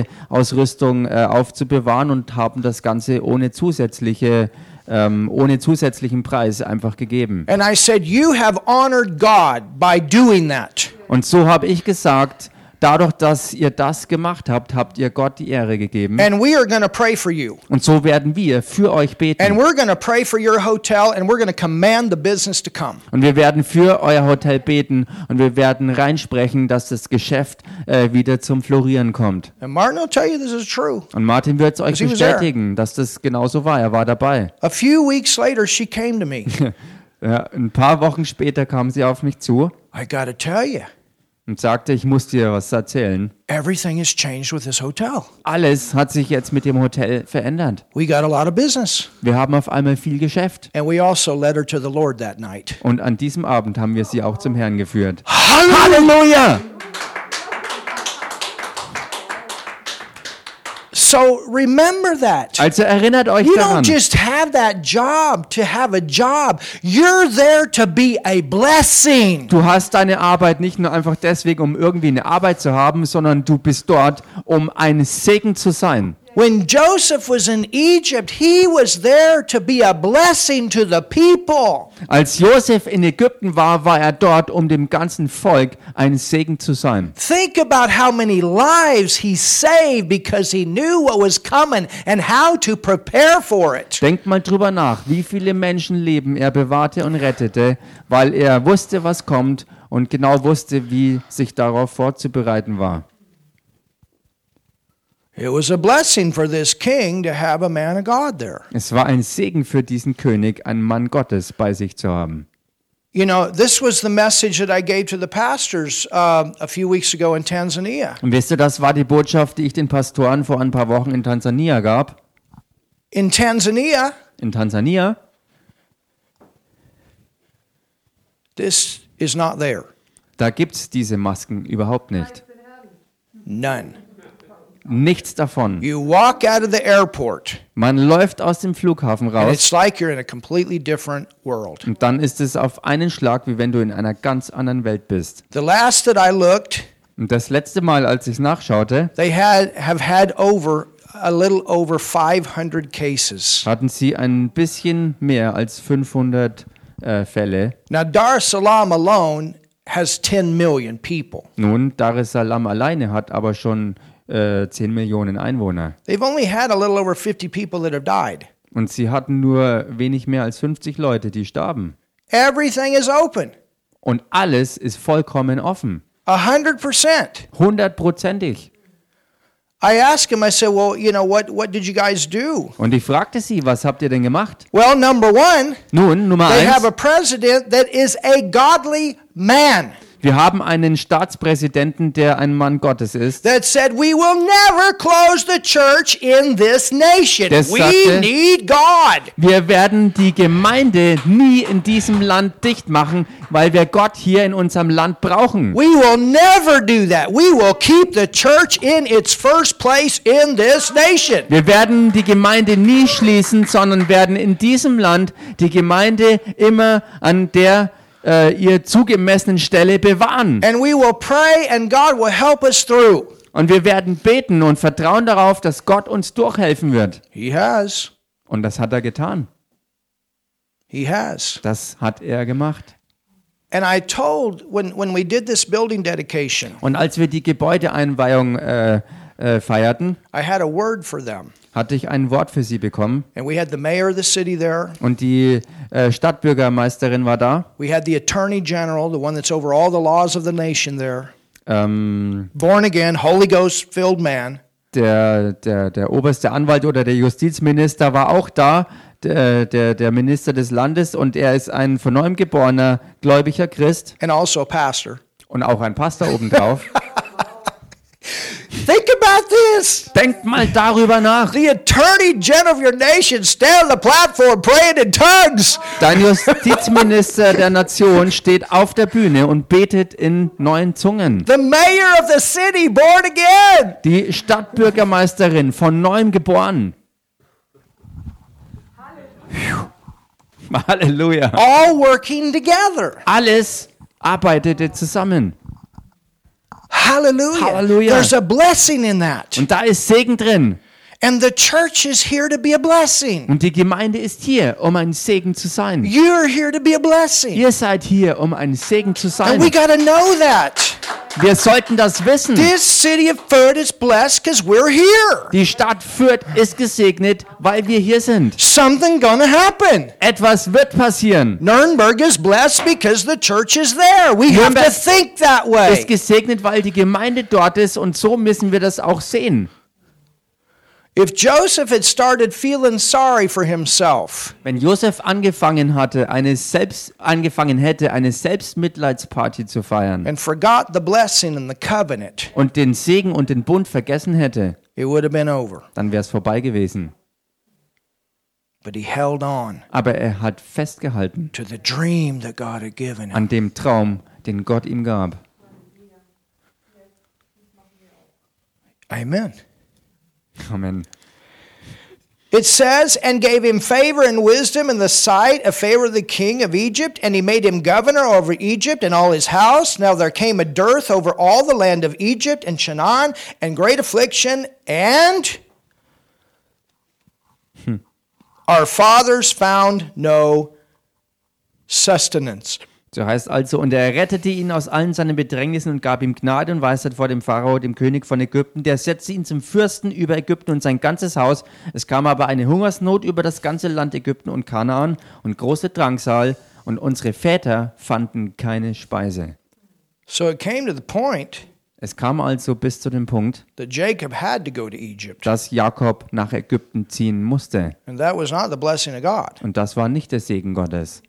[SPEAKER 2] Gemeindeausrüstung äh, aufzubewahren und haben das Ganze ohne, zusätzliche, ähm, ohne zusätzlichen Preis einfach gegeben.
[SPEAKER 1] And I said, You have honored God by doing that.
[SPEAKER 2] Und so habe ich gesagt, dadurch, dass ihr das gemacht habt, habt ihr Gott die Ehre gegeben.
[SPEAKER 1] And we are going to pray for you.
[SPEAKER 2] Und so werden wir für euch
[SPEAKER 1] And
[SPEAKER 2] beten.
[SPEAKER 1] we're going to pray for your hotel and we're going to command the business to come.
[SPEAKER 2] Und wir werden für euer Hotel beten und wir werden reinsprechen, dass das Geschäft äh, wieder zum Florieren kommt.
[SPEAKER 1] And Martin will tell you this is true.
[SPEAKER 2] Und Martin wird es euch
[SPEAKER 1] he was there.
[SPEAKER 2] bestätigen, dass das genauso war. Er war dabei.
[SPEAKER 1] A few weeks later, she came to me.
[SPEAKER 2] Ja, ein paar Wochen später kam sie auf mich zu
[SPEAKER 1] I got to tell you,
[SPEAKER 2] und sagte, ich muss dir was erzählen.
[SPEAKER 1] everything has changed with this hotel.
[SPEAKER 2] Alles hat sich jetzt mit dem Hotel verändert.
[SPEAKER 1] We got a lot of business.
[SPEAKER 2] Wir haben auf einmal viel Geschäft.
[SPEAKER 1] And we also led her to the Lord that night.
[SPEAKER 2] Und an diesem Abend haben wir sie auch zum Herrn geführt.
[SPEAKER 1] Hallelujah!
[SPEAKER 2] Halleluja!
[SPEAKER 1] So remember that.
[SPEAKER 2] Also erinnert euch
[SPEAKER 1] You
[SPEAKER 2] daran.
[SPEAKER 1] don't just have that job to have a job. You're there to be a blessing.
[SPEAKER 2] Du hast deine Arbeit nicht nur einfach deswegen, um irgendwie eine Arbeit zu haben, sondern du bist dort, um ein Segen zu sein.
[SPEAKER 1] When Joseph was in Egypt, he was there to be a blessing to the people.
[SPEAKER 2] Als Josef in Ägypten war, war er dort, um dem ganzen Volk ein Segen zu sein.
[SPEAKER 1] Think about how many lives he saved because he knew what was coming and how to prepare for it.
[SPEAKER 2] Denkt mal drüber nach, wie viele Menschenleben er bewahrte und rettete, weil er wusste, was kommt und genau wusste, wie sich darauf vorzubereiten war.
[SPEAKER 1] It was a blessing for this king to have a man of God there.
[SPEAKER 2] Es war ein Segen für diesen König, einen Mann Gottes bei sich zu haben.
[SPEAKER 1] You know, this was the message that I gave to the pastors um a few weeks ago in Tanzania.
[SPEAKER 2] Und wisst ihr, das war die Botschaft, die ich den Pastoren vor ein paar Wochen in Tansania gab.
[SPEAKER 1] In Tanzania,
[SPEAKER 2] In Tansania
[SPEAKER 1] this is not there.
[SPEAKER 2] Da gibt es diese Masken überhaupt nicht.
[SPEAKER 1] None.
[SPEAKER 2] Nichts davon.
[SPEAKER 1] You walk out of the airport,
[SPEAKER 2] Man läuft aus dem Flughafen
[SPEAKER 1] and
[SPEAKER 2] raus
[SPEAKER 1] it's like you're in a completely different world.
[SPEAKER 2] und dann ist es auf einen Schlag, wie wenn du in einer ganz anderen Welt bist.
[SPEAKER 1] The last that I looked,
[SPEAKER 2] Und das letzte Mal, als ich nachschaute,
[SPEAKER 1] they had have had over a little over 500 cases.
[SPEAKER 2] hatten sie ein bisschen mehr als 500 äh, Fälle.
[SPEAKER 1] Now Dar es Salaam alone has 10 million people.
[SPEAKER 2] Nun, Dar es Salaam alleine hat aber schon äh, 10 Millionen Einwohner.
[SPEAKER 1] They've only had a little over 50 people that have died.
[SPEAKER 2] Und sie hatten nur wenig mehr als 50 Leute, die starben.
[SPEAKER 1] Everything is open.
[SPEAKER 2] Und alles ist vollkommen offen.
[SPEAKER 1] A hundred percent.
[SPEAKER 2] Hundertprozentig.
[SPEAKER 1] I asked him, I said, Well, you know, what what did you guys do?
[SPEAKER 2] Und ich fragte sie, was habt ihr denn gemacht?
[SPEAKER 1] Well, number one,
[SPEAKER 2] Nun, Nummer
[SPEAKER 1] they have a
[SPEAKER 2] eins,
[SPEAKER 1] president that is a godly man
[SPEAKER 2] wir haben einen Staatspräsidenten, der ein Mann Gottes ist.
[SPEAKER 1] that said, We will never close the church in this nation.
[SPEAKER 2] Das
[SPEAKER 1] we
[SPEAKER 2] sagte-
[SPEAKER 1] need God.
[SPEAKER 2] Wir werden die Gemeinde nie in diesem Land dicht machen, weil wir Gott hier in unserem Land brauchen.
[SPEAKER 1] We will never do that. We will keep the church in its first place in this nation.
[SPEAKER 2] Wir werden die Gemeinde nie schließen, sondern werden in diesem Land die Gemeinde immer an der äh, ihr zugemessenen Stelle bewahren.
[SPEAKER 1] And we will pray, and God will help us through.
[SPEAKER 2] Und wir werden beten und vertrauen darauf, dass Gott uns durchhelfen wird.
[SPEAKER 1] He has.
[SPEAKER 2] Und das hat er getan.
[SPEAKER 1] He has.
[SPEAKER 2] Das hat er gemacht.
[SPEAKER 1] And I told when, when we did this building dedication,
[SPEAKER 2] Und als wir die Gebäudeeinweihung äh, äh, feierten,
[SPEAKER 1] I had a word for them.
[SPEAKER 2] hatte ich ein Wort für sie bekommen.
[SPEAKER 1] And we had the mayor of the city there.
[SPEAKER 2] Und die äh, Stadtbürgermeisterin war da,
[SPEAKER 1] We had the attorney general, the one that's over all the laws of the nation there.
[SPEAKER 2] ähm,
[SPEAKER 1] Born again, Holy Ghost filled man.
[SPEAKER 2] der, der, der oberste Anwalt oder der Justizminister war auch da, der, der, der Minister des Landes. Und er ist ein von neuem geborener gläubiger Christ
[SPEAKER 1] And also a pastor.
[SPEAKER 2] und auch ein Pastor obendrauf.
[SPEAKER 1] Think about this.
[SPEAKER 2] Denkt mal darüber nach.
[SPEAKER 1] The attorney general of your nation stand on the platform praying in tongues.
[SPEAKER 2] Dein Justizminister der Nation steht auf der Bühne und betet in neuen Zungen.
[SPEAKER 1] The mayor of the city, born again.
[SPEAKER 2] Die Stadtbürgermeisterin von neuem geboren. Phew. Halleluja.
[SPEAKER 1] All working together.
[SPEAKER 2] Alles arbeitete zusammen.
[SPEAKER 1] Hallelujah.
[SPEAKER 2] Hallelujah.
[SPEAKER 1] There's a blessing in that.
[SPEAKER 2] Und da ist Segen drin.
[SPEAKER 1] And the church is here to be a blessing.
[SPEAKER 2] Und die Gemeinde ist hier, um ein Segen zu sein.
[SPEAKER 1] You're here to be a blessing.
[SPEAKER 2] Ihr seid hier, um ein Segen zu
[SPEAKER 1] And
[SPEAKER 2] sein.
[SPEAKER 1] we got to know that.
[SPEAKER 2] Wir sollten das wissen.
[SPEAKER 1] This city of Ferd is blessed because we're here.
[SPEAKER 2] Die Stadt Fürth ist gesegnet, weil wir hier sind.
[SPEAKER 1] Something gonna happen.
[SPEAKER 2] Etwas wird passieren.
[SPEAKER 1] Nuremberg is blessed because the church is there. We have to
[SPEAKER 2] Nuremberg-
[SPEAKER 1] think that
[SPEAKER 2] Ist
[SPEAKER 1] way.
[SPEAKER 2] gesegnet, weil die Gemeinde dort ist. Und so müssen wir das auch sehen.
[SPEAKER 1] If Joseph had started feeling sorry for himself,
[SPEAKER 2] Wenn Josef angefangen hatte, eine selbst angefangen hätte, eine Selbstmitleidsparty zu feiern
[SPEAKER 1] and forgot the blessing and the covenant,
[SPEAKER 2] und den Segen und den Bund vergessen hätte,
[SPEAKER 1] it would have been over.
[SPEAKER 2] dann wäre es vorbei gewesen.
[SPEAKER 1] But he held on
[SPEAKER 2] Aber er hat festgehalten
[SPEAKER 1] to the dream that God had given him.
[SPEAKER 2] an dem Traum, den Gott ihm gab.
[SPEAKER 1] Amen.
[SPEAKER 2] Amen.
[SPEAKER 1] It says, and gave him favor and wisdom in the sight, a favor of the king of Egypt, and he made him governor over Egypt and all his house. Now there came a dearth over all the land of Egypt and Chanaan, and great affliction, and our fathers found no sustenance.
[SPEAKER 2] So heißt also, und er rettete ihn aus allen seinen Bedrängnissen und gab ihm Gnade und Weisheit vor dem Pharao, dem König von Ägypten. Der setzte ihn zum Fürsten über Ägypten und sein ganzes Haus. Es kam aber eine Hungersnot über das ganze Land Ägypten und Kanaan und große Drangsal, und unsere Väter fanden keine Speise.
[SPEAKER 1] So it came to the point
[SPEAKER 2] Es kam also bis zu dem Punkt,
[SPEAKER 1] that Jacob had to go to Egypt.
[SPEAKER 2] dass Jakob nach Ägypten ziehen musste.
[SPEAKER 1] And that was not the blessing of God.
[SPEAKER 2] Und das war nicht der Segen Gottes.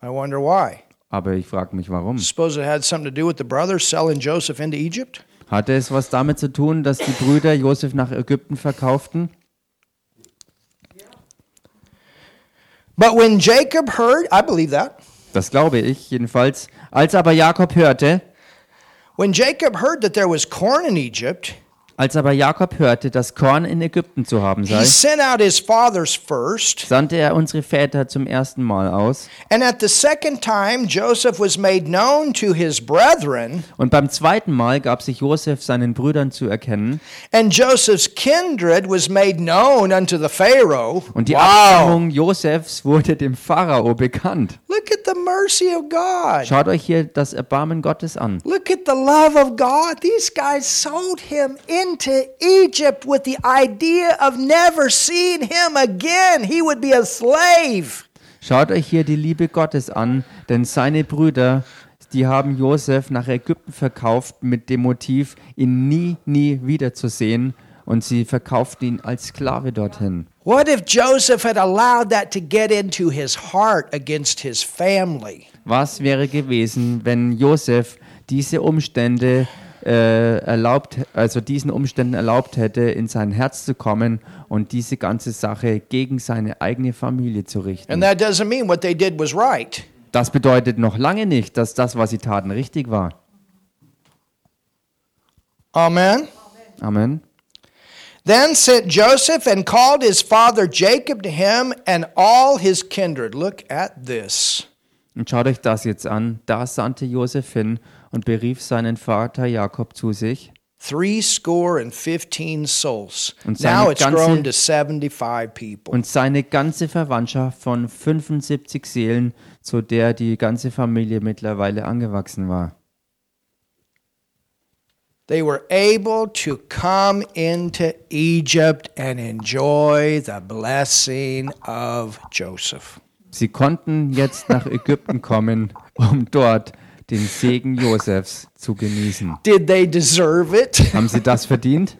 [SPEAKER 1] I wonder why.
[SPEAKER 2] Aber ich frage mich, warum?
[SPEAKER 1] Suppose it had something to do with the brothers selling Joseph into Egypt?
[SPEAKER 2] Hatte es was damit zu tun, dass die Brüder Josef nach Ägypten verkauften?
[SPEAKER 1] But when Jacob heard, I believe that.
[SPEAKER 2] Das glaube ich jedenfalls. Als aber Jakob hörte,
[SPEAKER 1] When Jacob heard that there was corn in Egypt,
[SPEAKER 2] als aber Jakob hörte, dass Korn in Ägypten zu haben sei,
[SPEAKER 1] he sent out his fathers first.
[SPEAKER 2] sandte er unsere Väter zum ersten Mal aus.
[SPEAKER 1] And at the second time, Joseph was made known to his brethren,
[SPEAKER 2] Und beim zweiten Mal gab sich Josef seinen Brüdern zu erkennen.
[SPEAKER 1] and Joseph's kindred was made known unto the Pharaoh.
[SPEAKER 2] Und die
[SPEAKER 1] wow!
[SPEAKER 2] Abstammung Josefs wurde dem Pharao bekannt.
[SPEAKER 1] Look at the mercy of God.
[SPEAKER 2] Schaut euch hier das Erbarmen Gottes an.
[SPEAKER 1] Look at the love of God. These guys sold him into Egypt with the idea of never seeing him again. He would be a slave.
[SPEAKER 2] Schaut euch hier die Liebe Gottes an, denn seine Brüder, die haben Josef nach Ägypten verkauft mit dem Motiv, ihn nie, nie wiederzusehen. Und sie verkauften ihn als Sklave dorthin.
[SPEAKER 1] What if Joseph had allowed that to get into his heart against his family?
[SPEAKER 2] Was wäre gewesen, wenn Josef diese Umstände äh, erlaubt, also diesen Umständen erlaubt hätte, in sein Herz zu kommen und diese ganze Sache gegen seine eigene Familie zu
[SPEAKER 1] And
[SPEAKER 2] richten?
[SPEAKER 1] that doesn't mean what they did was right.
[SPEAKER 2] Das bedeutet noch lange nicht, dass das, was sie taten, richtig war.
[SPEAKER 1] Amen.
[SPEAKER 2] Amen.
[SPEAKER 1] Then sent Joseph and called his father Jacob to him and all his kindred. Look at this.
[SPEAKER 2] Und schaut euch das jetzt an. Da sandte Josef hin und berief seinen Vater Jakob zu sich.
[SPEAKER 1] Three score and fifteen souls.
[SPEAKER 2] Und seine
[SPEAKER 1] Now it's
[SPEAKER 2] ganze-
[SPEAKER 1] grown to 75 people.
[SPEAKER 2] und seine ganze Verwandtschaft von 75 Seelen, zu der die ganze Familie mittlerweile angewachsen war.
[SPEAKER 1] They were able to come into Egypt and enjoy the blessing of Joseph.
[SPEAKER 2] Sie konnten jetzt nach Ägypten kommen, um dort den Segen Josefs zu genießen.
[SPEAKER 1] Did they deserve it?
[SPEAKER 2] Haben sie das verdient?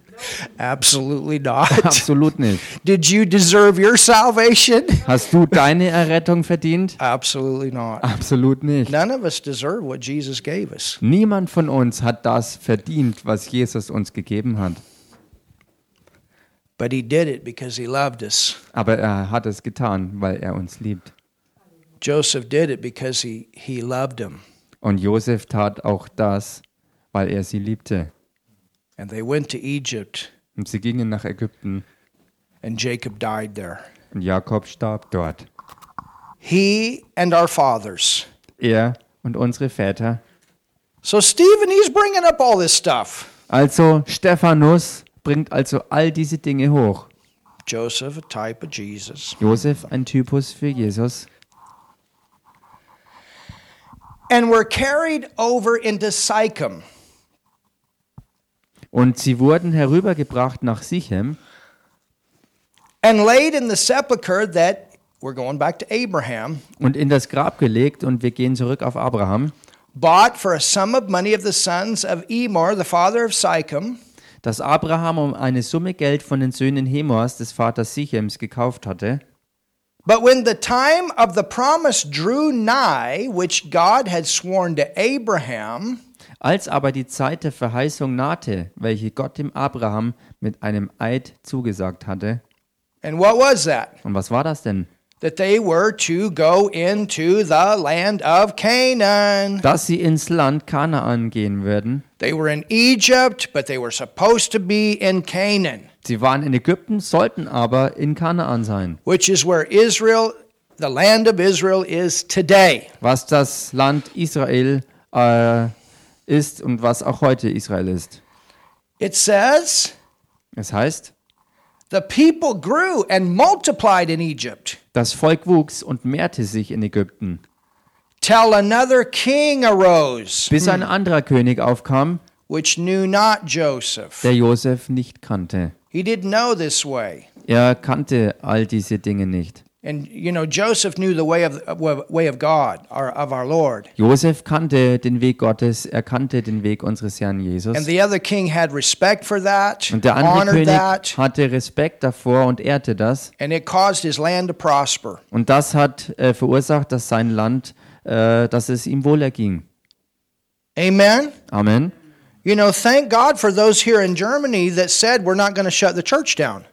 [SPEAKER 1] Absolutely not.
[SPEAKER 2] Absolut nicht.
[SPEAKER 1] Did you deserve your salvation?
[SPEAKER 2] Hast du deine Errettung verdient?
[SPEAKER 1] Absolutely not.
[SPEAKER 2] Absolut nicht.
[SPEAKER 1] None of us deserve what Jesus gave us.
[SPEAKER 2] Niemand von uns hat das verdient, was Jesus uns gegeben hat.
[SPEAKER 1] But he did it because he loved us.
[SPEAKER 2] Aber er hat es getan, weil er uns liebt.
[SPEAKER 1] Joseph did it because he, he loved them.
[SPEAKER 2] Und Josef tat auch das, weil er sie liebte.
[SPEAKER 1] And they went to Egypt,
[SPEAKER 2] Und sie gingen nach Ägypten
[SPEAKER 1] and Jacob died there.
[SPEAKER 2] und Jakob starb dort.
[SPEAKER 1] He and our fathers.
[SPEAKER 2] Er und unsere Väter.
[SPEAKER 1] So, Stephen, he's bringing up all this stuff.
[SPEAKER 2] Also Stephanus bringt also all diese Dinge hoch.
[SPEAKER 1] Joseph, a type of Jesus.
[SPEAKER 2] Josef ein Typus für Jesus
[SPEAKER 1] And were carried over into Sychem.
[SPEAKER 2] und sie wurden herübergebracht nach Sichem
[SPEAKER 1] and laid in the sepulchre that we're going back to Abraham
[SPEAKER 2] und in das Grab gelegt und wir gehen zurück auf Abraham,
[SPEAKER 1] bought for a sum of money of the sons of Emor the father of Sychem
[SPEAKER 2] das Abraham um eine Summe Geld von den Söhnen Hemors des Vaters Sichems gekauft hatte.
[SPEAKER 1] but when the time of the promise drew nigh which God had sworn to Abraham
[SPEAKER 2] Als aber die Zeit der Verheißung nahte, welche Gott dem Abraham mit einem Eid zugesagt hatte.
[SPEAKER 1] and what was that
[SPEAKER 2] Und was war das denn?
[SPEAKER 1] that they were to go into the land of Canaan
[SPEAKER 2] Dass sie ins Land Kanaan gehen würden.
[SPEAKER 1] they were in Egypt but they were supposed to be in Canaan
[SPEAKER 2] Sie waren in Ägypten, sollten aber in Kanaan sein,
[SPEAKER 1] which is where Israel, the land of Israel, is today.
[SPEAKER 2] was das Land Israel äh, ist und was auch heute Israel ist.
[SPEAKER 1] It says,
[SPEAKER 2] Es heißt,
[SPEAKER 1] the people grew and multiplied in Egypt.
[SPEAKER 2] das Volk wuchs und mehrte sich in Ägypten,
[SPEAKER 1] Till another king arose,
[SPEAKER 2] bis ein anderer König aufkam,
[SPEAKER 1] which knew not Joseph.
[SPEAKER 2] der Josef nicht kannte.
[SPEAKER 1] He didn't know this way.
[SPEAKER 2] Er kannte all diese Dinge nicht.
[SPEAKER 1] And you know, Joseph knew the way of way of God or of our Lord.
[SPEAKER 2] Josef kannte den Weg Gottes, er kannte den Weg unseres Herrn Jesus.
[SPEAKER 1] And the other king had respect for that,
[SPEAKER 2] Und der andere
[SPEAKER 1] honored
[SPEAKER 2] König
[SPEAKER 1] that,
[SPEAKER 2] hatte Respekt davor und ehrte das.
[SPEAKER 1] and it caused his land to prosper.
[SPEAKER 2] Und das hat äh, verursacht, dass sein Land, äh, dass es ihm wohlerging.
[SPEAKER 1] Amen.
[SPEAKER 2] Amen.
[SPEAKER 1] You know, thank God for those here in Germany that said we're not going to shut the church down.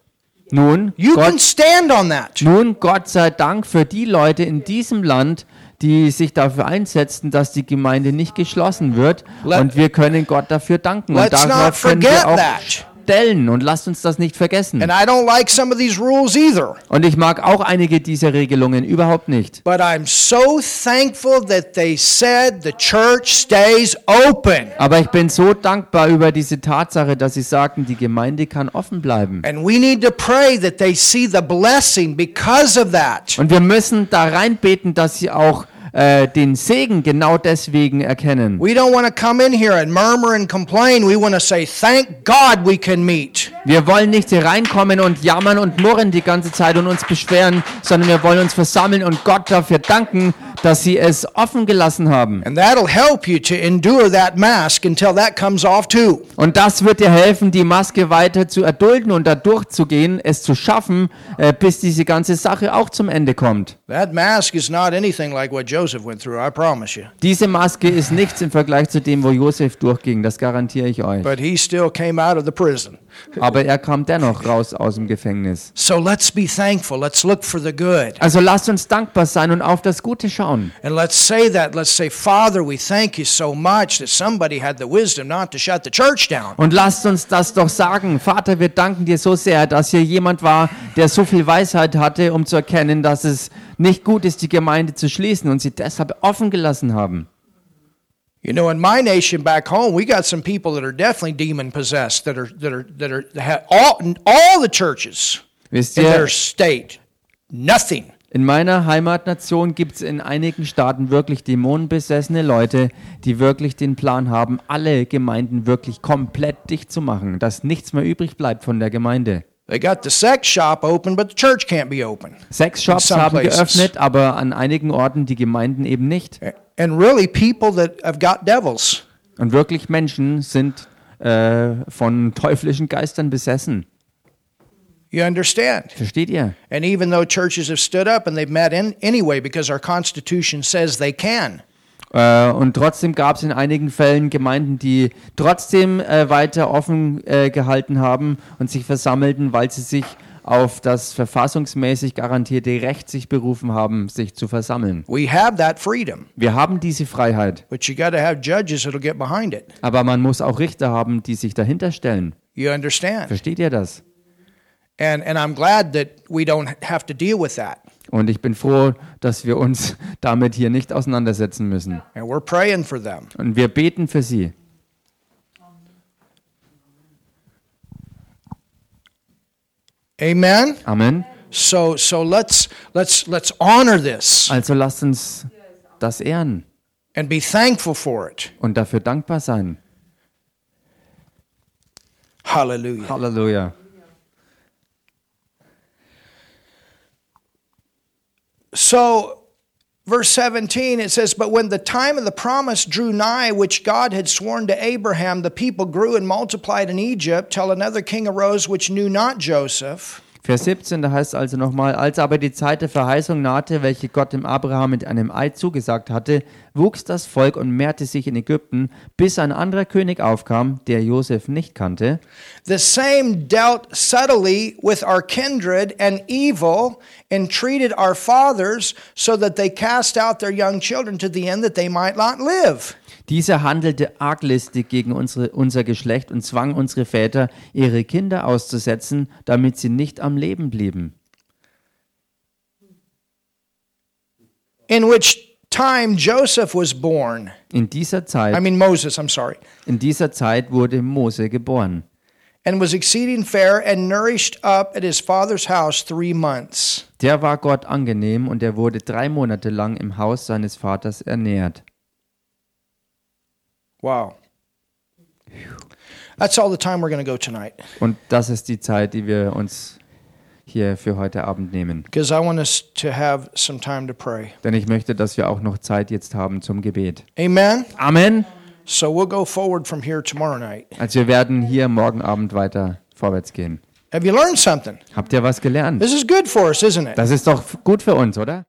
[SPEAKER 2] Nun
[SPEAKER 1] You can
[SPEAKER 2] Gott,
[SPEAKER 1] stand on that.
[SPEAKER 2] nun, Gott sei Dank für die Leute in diesem Land, die sich dafür einsetzten, dass die Gemeinde nicht geschlossen wird.
[SPEAKER 1] Let-
[SPEAKER 2] und wir können Gott dafür danken. Und
[SPEAKER 1] Let's
[SPEAKER 2] darauf
[SPEAKER 1] not
[SPEAKER 2] können wir
[SPEAKER 1] forget
[SPEAKER 2] auch
[SPEAKER 1] that.
[SPEAKER 2] stellen. Und lasst uns das nicht vergessen.
[SPEAKER 1] And I don't like some of these rules either.
[SPEAKER 2] Und ich mag auch einige dieser Regelungen überhaupt nicht.
[SPEAKER 1] But I'm so thankful that they said the church stays open.
[SPEAKER 2] Aber ich bin so dankbar über diese Tatsache, dass sie sagten, die Gemeinde kann offen bleiben.
[SPEAKER 1] And we need to pray that they see the blessing because of that.
[SPEAKER 2] Und wir müssen da reinbeten, dass sie auch äh, den Segen genau deswegen erkennen.
[SPEAKER 1] We don't want to come in here and murmur and complain. We want to say, thank God we can meet.
[SPEAKER 2] Wir wollen nicht hier reinkommen und jammern und murren die ganze Zeit und uns beschweren, sondern wir wollen uns versammeln und Gott dafür danken, dass sie es offen gelassen haben.
[SPEAKER 1] And that'll help you to endure that mask until that comes off too.
[SPEAKER 2] Und das wird dir helfen, die Maske weiter zu erdulden und da durchzugehen, es zu schaffen, äh, bis diese ganze Sache auch zum Ende kommt.
[SPEAKER 1] That mask is not anything like what Joseph went through, I promise you.
[SPEAKER 2] Diese Maske ist nichts im Vergleich zu dem, wo Josef durchging, das garantiere ich euch.
[SPEAKER 1] But he still came out of the prison.
[SPEAKER 2] Aber er kam dennoch raus aus dem Gefängnis.
[SPEAKER 1] So let's be thankful. Let's look for the good.
[SPEAKER 2] Also lasst uns dankbar sein und auf das Gute schauen.
[SPEAKER 1] And let's say that. Let's say, Father, we thank you so much that somebody had the wisdom not to shut the church down.
[SPEAKER 2] Und lasst uns das doch sagen. Vater, wir danken dir so sehr, dass hier jemand war, der so viel Weisheit hatte, um zu erkennen, dass es nicht gut ist, die Gemeinde zu schließen und sie deshalb offen gelassen haben.
[SPEAKER 1] You know, in my nation back home, we got some people that are definitely demon possessed that are that are that are that have all all the churches
[SPEAKER 2] Wisst
[SPEAKER 1] in their
[SPEAKER 2] ihr,
[SPEAKER 1] state. Nothing.
[SPEAKER 2] in meiner Heimatnation gibt es in einigen Staaten wirklich dämonenbesessene Leute, die wirklich den Plan haben, alle Gemeinden wirklich komplett dicht zu machen, dass nichts mehr übrig bleibt von der Gemeinde.
[SPEAKER 1] They got the sex shop open, but the church can't be open.
[SPEAKER 2] Sexshops
[SPEAKER 1] some
[SPEAKER 2] haben
[SPEAKER 1] places.
[SPEAKER 2] geöffnet, aber an einigen Orten die Gemeinden eben nicht.
[SPEAKER 1] And really, people that have got devils.
[SPEAKER 2] Und wirklich Menschen sind äh, von teuflischen Geistern besessen.
[SPEAKER 1] You understand?
[SPEAKER 2] Versteht ihr?
[SPEAKER 1] And even though churches have stood up and they've met in anyway because our Constitution says they can.
[SPEAKER 2] Äh, und trotzdem gab es in einigen Fällen Gemeinden, die trotzdem äh, weiter offen äh, gehalten haben und sich versammelten, weil sie sich auf das verfassungsmäßig garantierte Recht sich berufen haben, sich zu versammeln.
[SPEAKER 1] We have that freedom,
[SPEAKER 2] Wir haben diese Freiheit,
[SPEAKER 1] but you got to have judges that'll get behind it.
[SPEAKER 2] aber man muss auch Richter haben, die sich dahinter stellen.
[SPEAKER 1] You understand?
[SPEAKER 2] Versteht ihr das?
[SPEAKER 1] And and I'm glad that we don't have to deal with that.
[SPEAKER 2] Und ich bin froh, dass wir uns damit hier nicht auseinandersetzen müssen.
[SPEAKER 1] And we're praying for them.
[SPEAKER 2] Und wir beten für sie.
[SPEAKER 1] Amen.
[SPEAKER 2] Amen.
[SPEAKER 1] So so let's let's let's honor this
[SPEAKER 2] Also lasst uns das ehren
[SPEAKER 1] and be thankful for it.
[SPEAKER 2] und dafür dankbar sein.
[SPEAKER 1] Hallelujah.
[SPEAKER 2] Halleluja.
[SPEAKER 1] So, verse 17, it says, But when the time of the promise drew nigh, which God had sworn to Abraham, the people grew and multiplied in Egypt, till another king arose which knew not Joseph.
[SPEAKER 2] Vers 17, da heißt es also nochmal, als aber die Zeit der Verheißung nahte, welche Gott dem Abraham mit einem Eid zugesagt hatte, wuchs das Volk und mehrte sich in Ägypten, bis ein anderer König aufkam, der Josef nicht kannte.
[SPEAKER 1] The same dealt subtly with our kindred and evil, and treated our fathers so that they cast out their young children to the end that they might not live.
[SPEAKER 2] Dieser handelte arglistig gegen unsere, unser Geschlecht und zwang unsere Väter, ihre Kinder auszusetzen, damit sie nicht am Leben blieben.
[SPEAKER 1] In which time Joseph was born.
[SPEAKER 2] In dieser
[SPEAKER 1] I
[SPEAKER 2] Zeit,
[SPEAKER 1] mean, Moses, I'm sorry.
[SPEAKER 2] in dieser Zeit wurde Mose geboren.
[SPEAKER 1] And was exceeding fair and nourished up at his father's house three months.
[SPEAKER 2] Der war Gott angenehm und er wurde drei Monate lang im Haus seines Vaters ernährt.
[SPEAKER 1] Wow. That's all the time we're going to go tonight
[SPEAKER 2] Und das ist die Zeit, die wir uns hier für heute Abend nehmen.
[SPEAKER 1] because I want us to have some time to pray.
[SPEAKER 2] Denn ich möchte, dass wir auch noch Zeit jetzt haben zum Gebet.
[SPEAKER 1] Amen.
[SPEAKER 2] Amen.
[SPEAKER 1] So we'll go forward from here tomorrow night.
[SPEAKER 2] Also wir werden hier morgen Abend weiter vorwärts gehen.
[SPEAKER 1] Have you learned something?
[SPEAKER 2] Habt ihr was gelernt?
[SPEAKER 1] This is good for us, isn't it?
[SPEAKER 2] Das ist doch gut für uns, oder?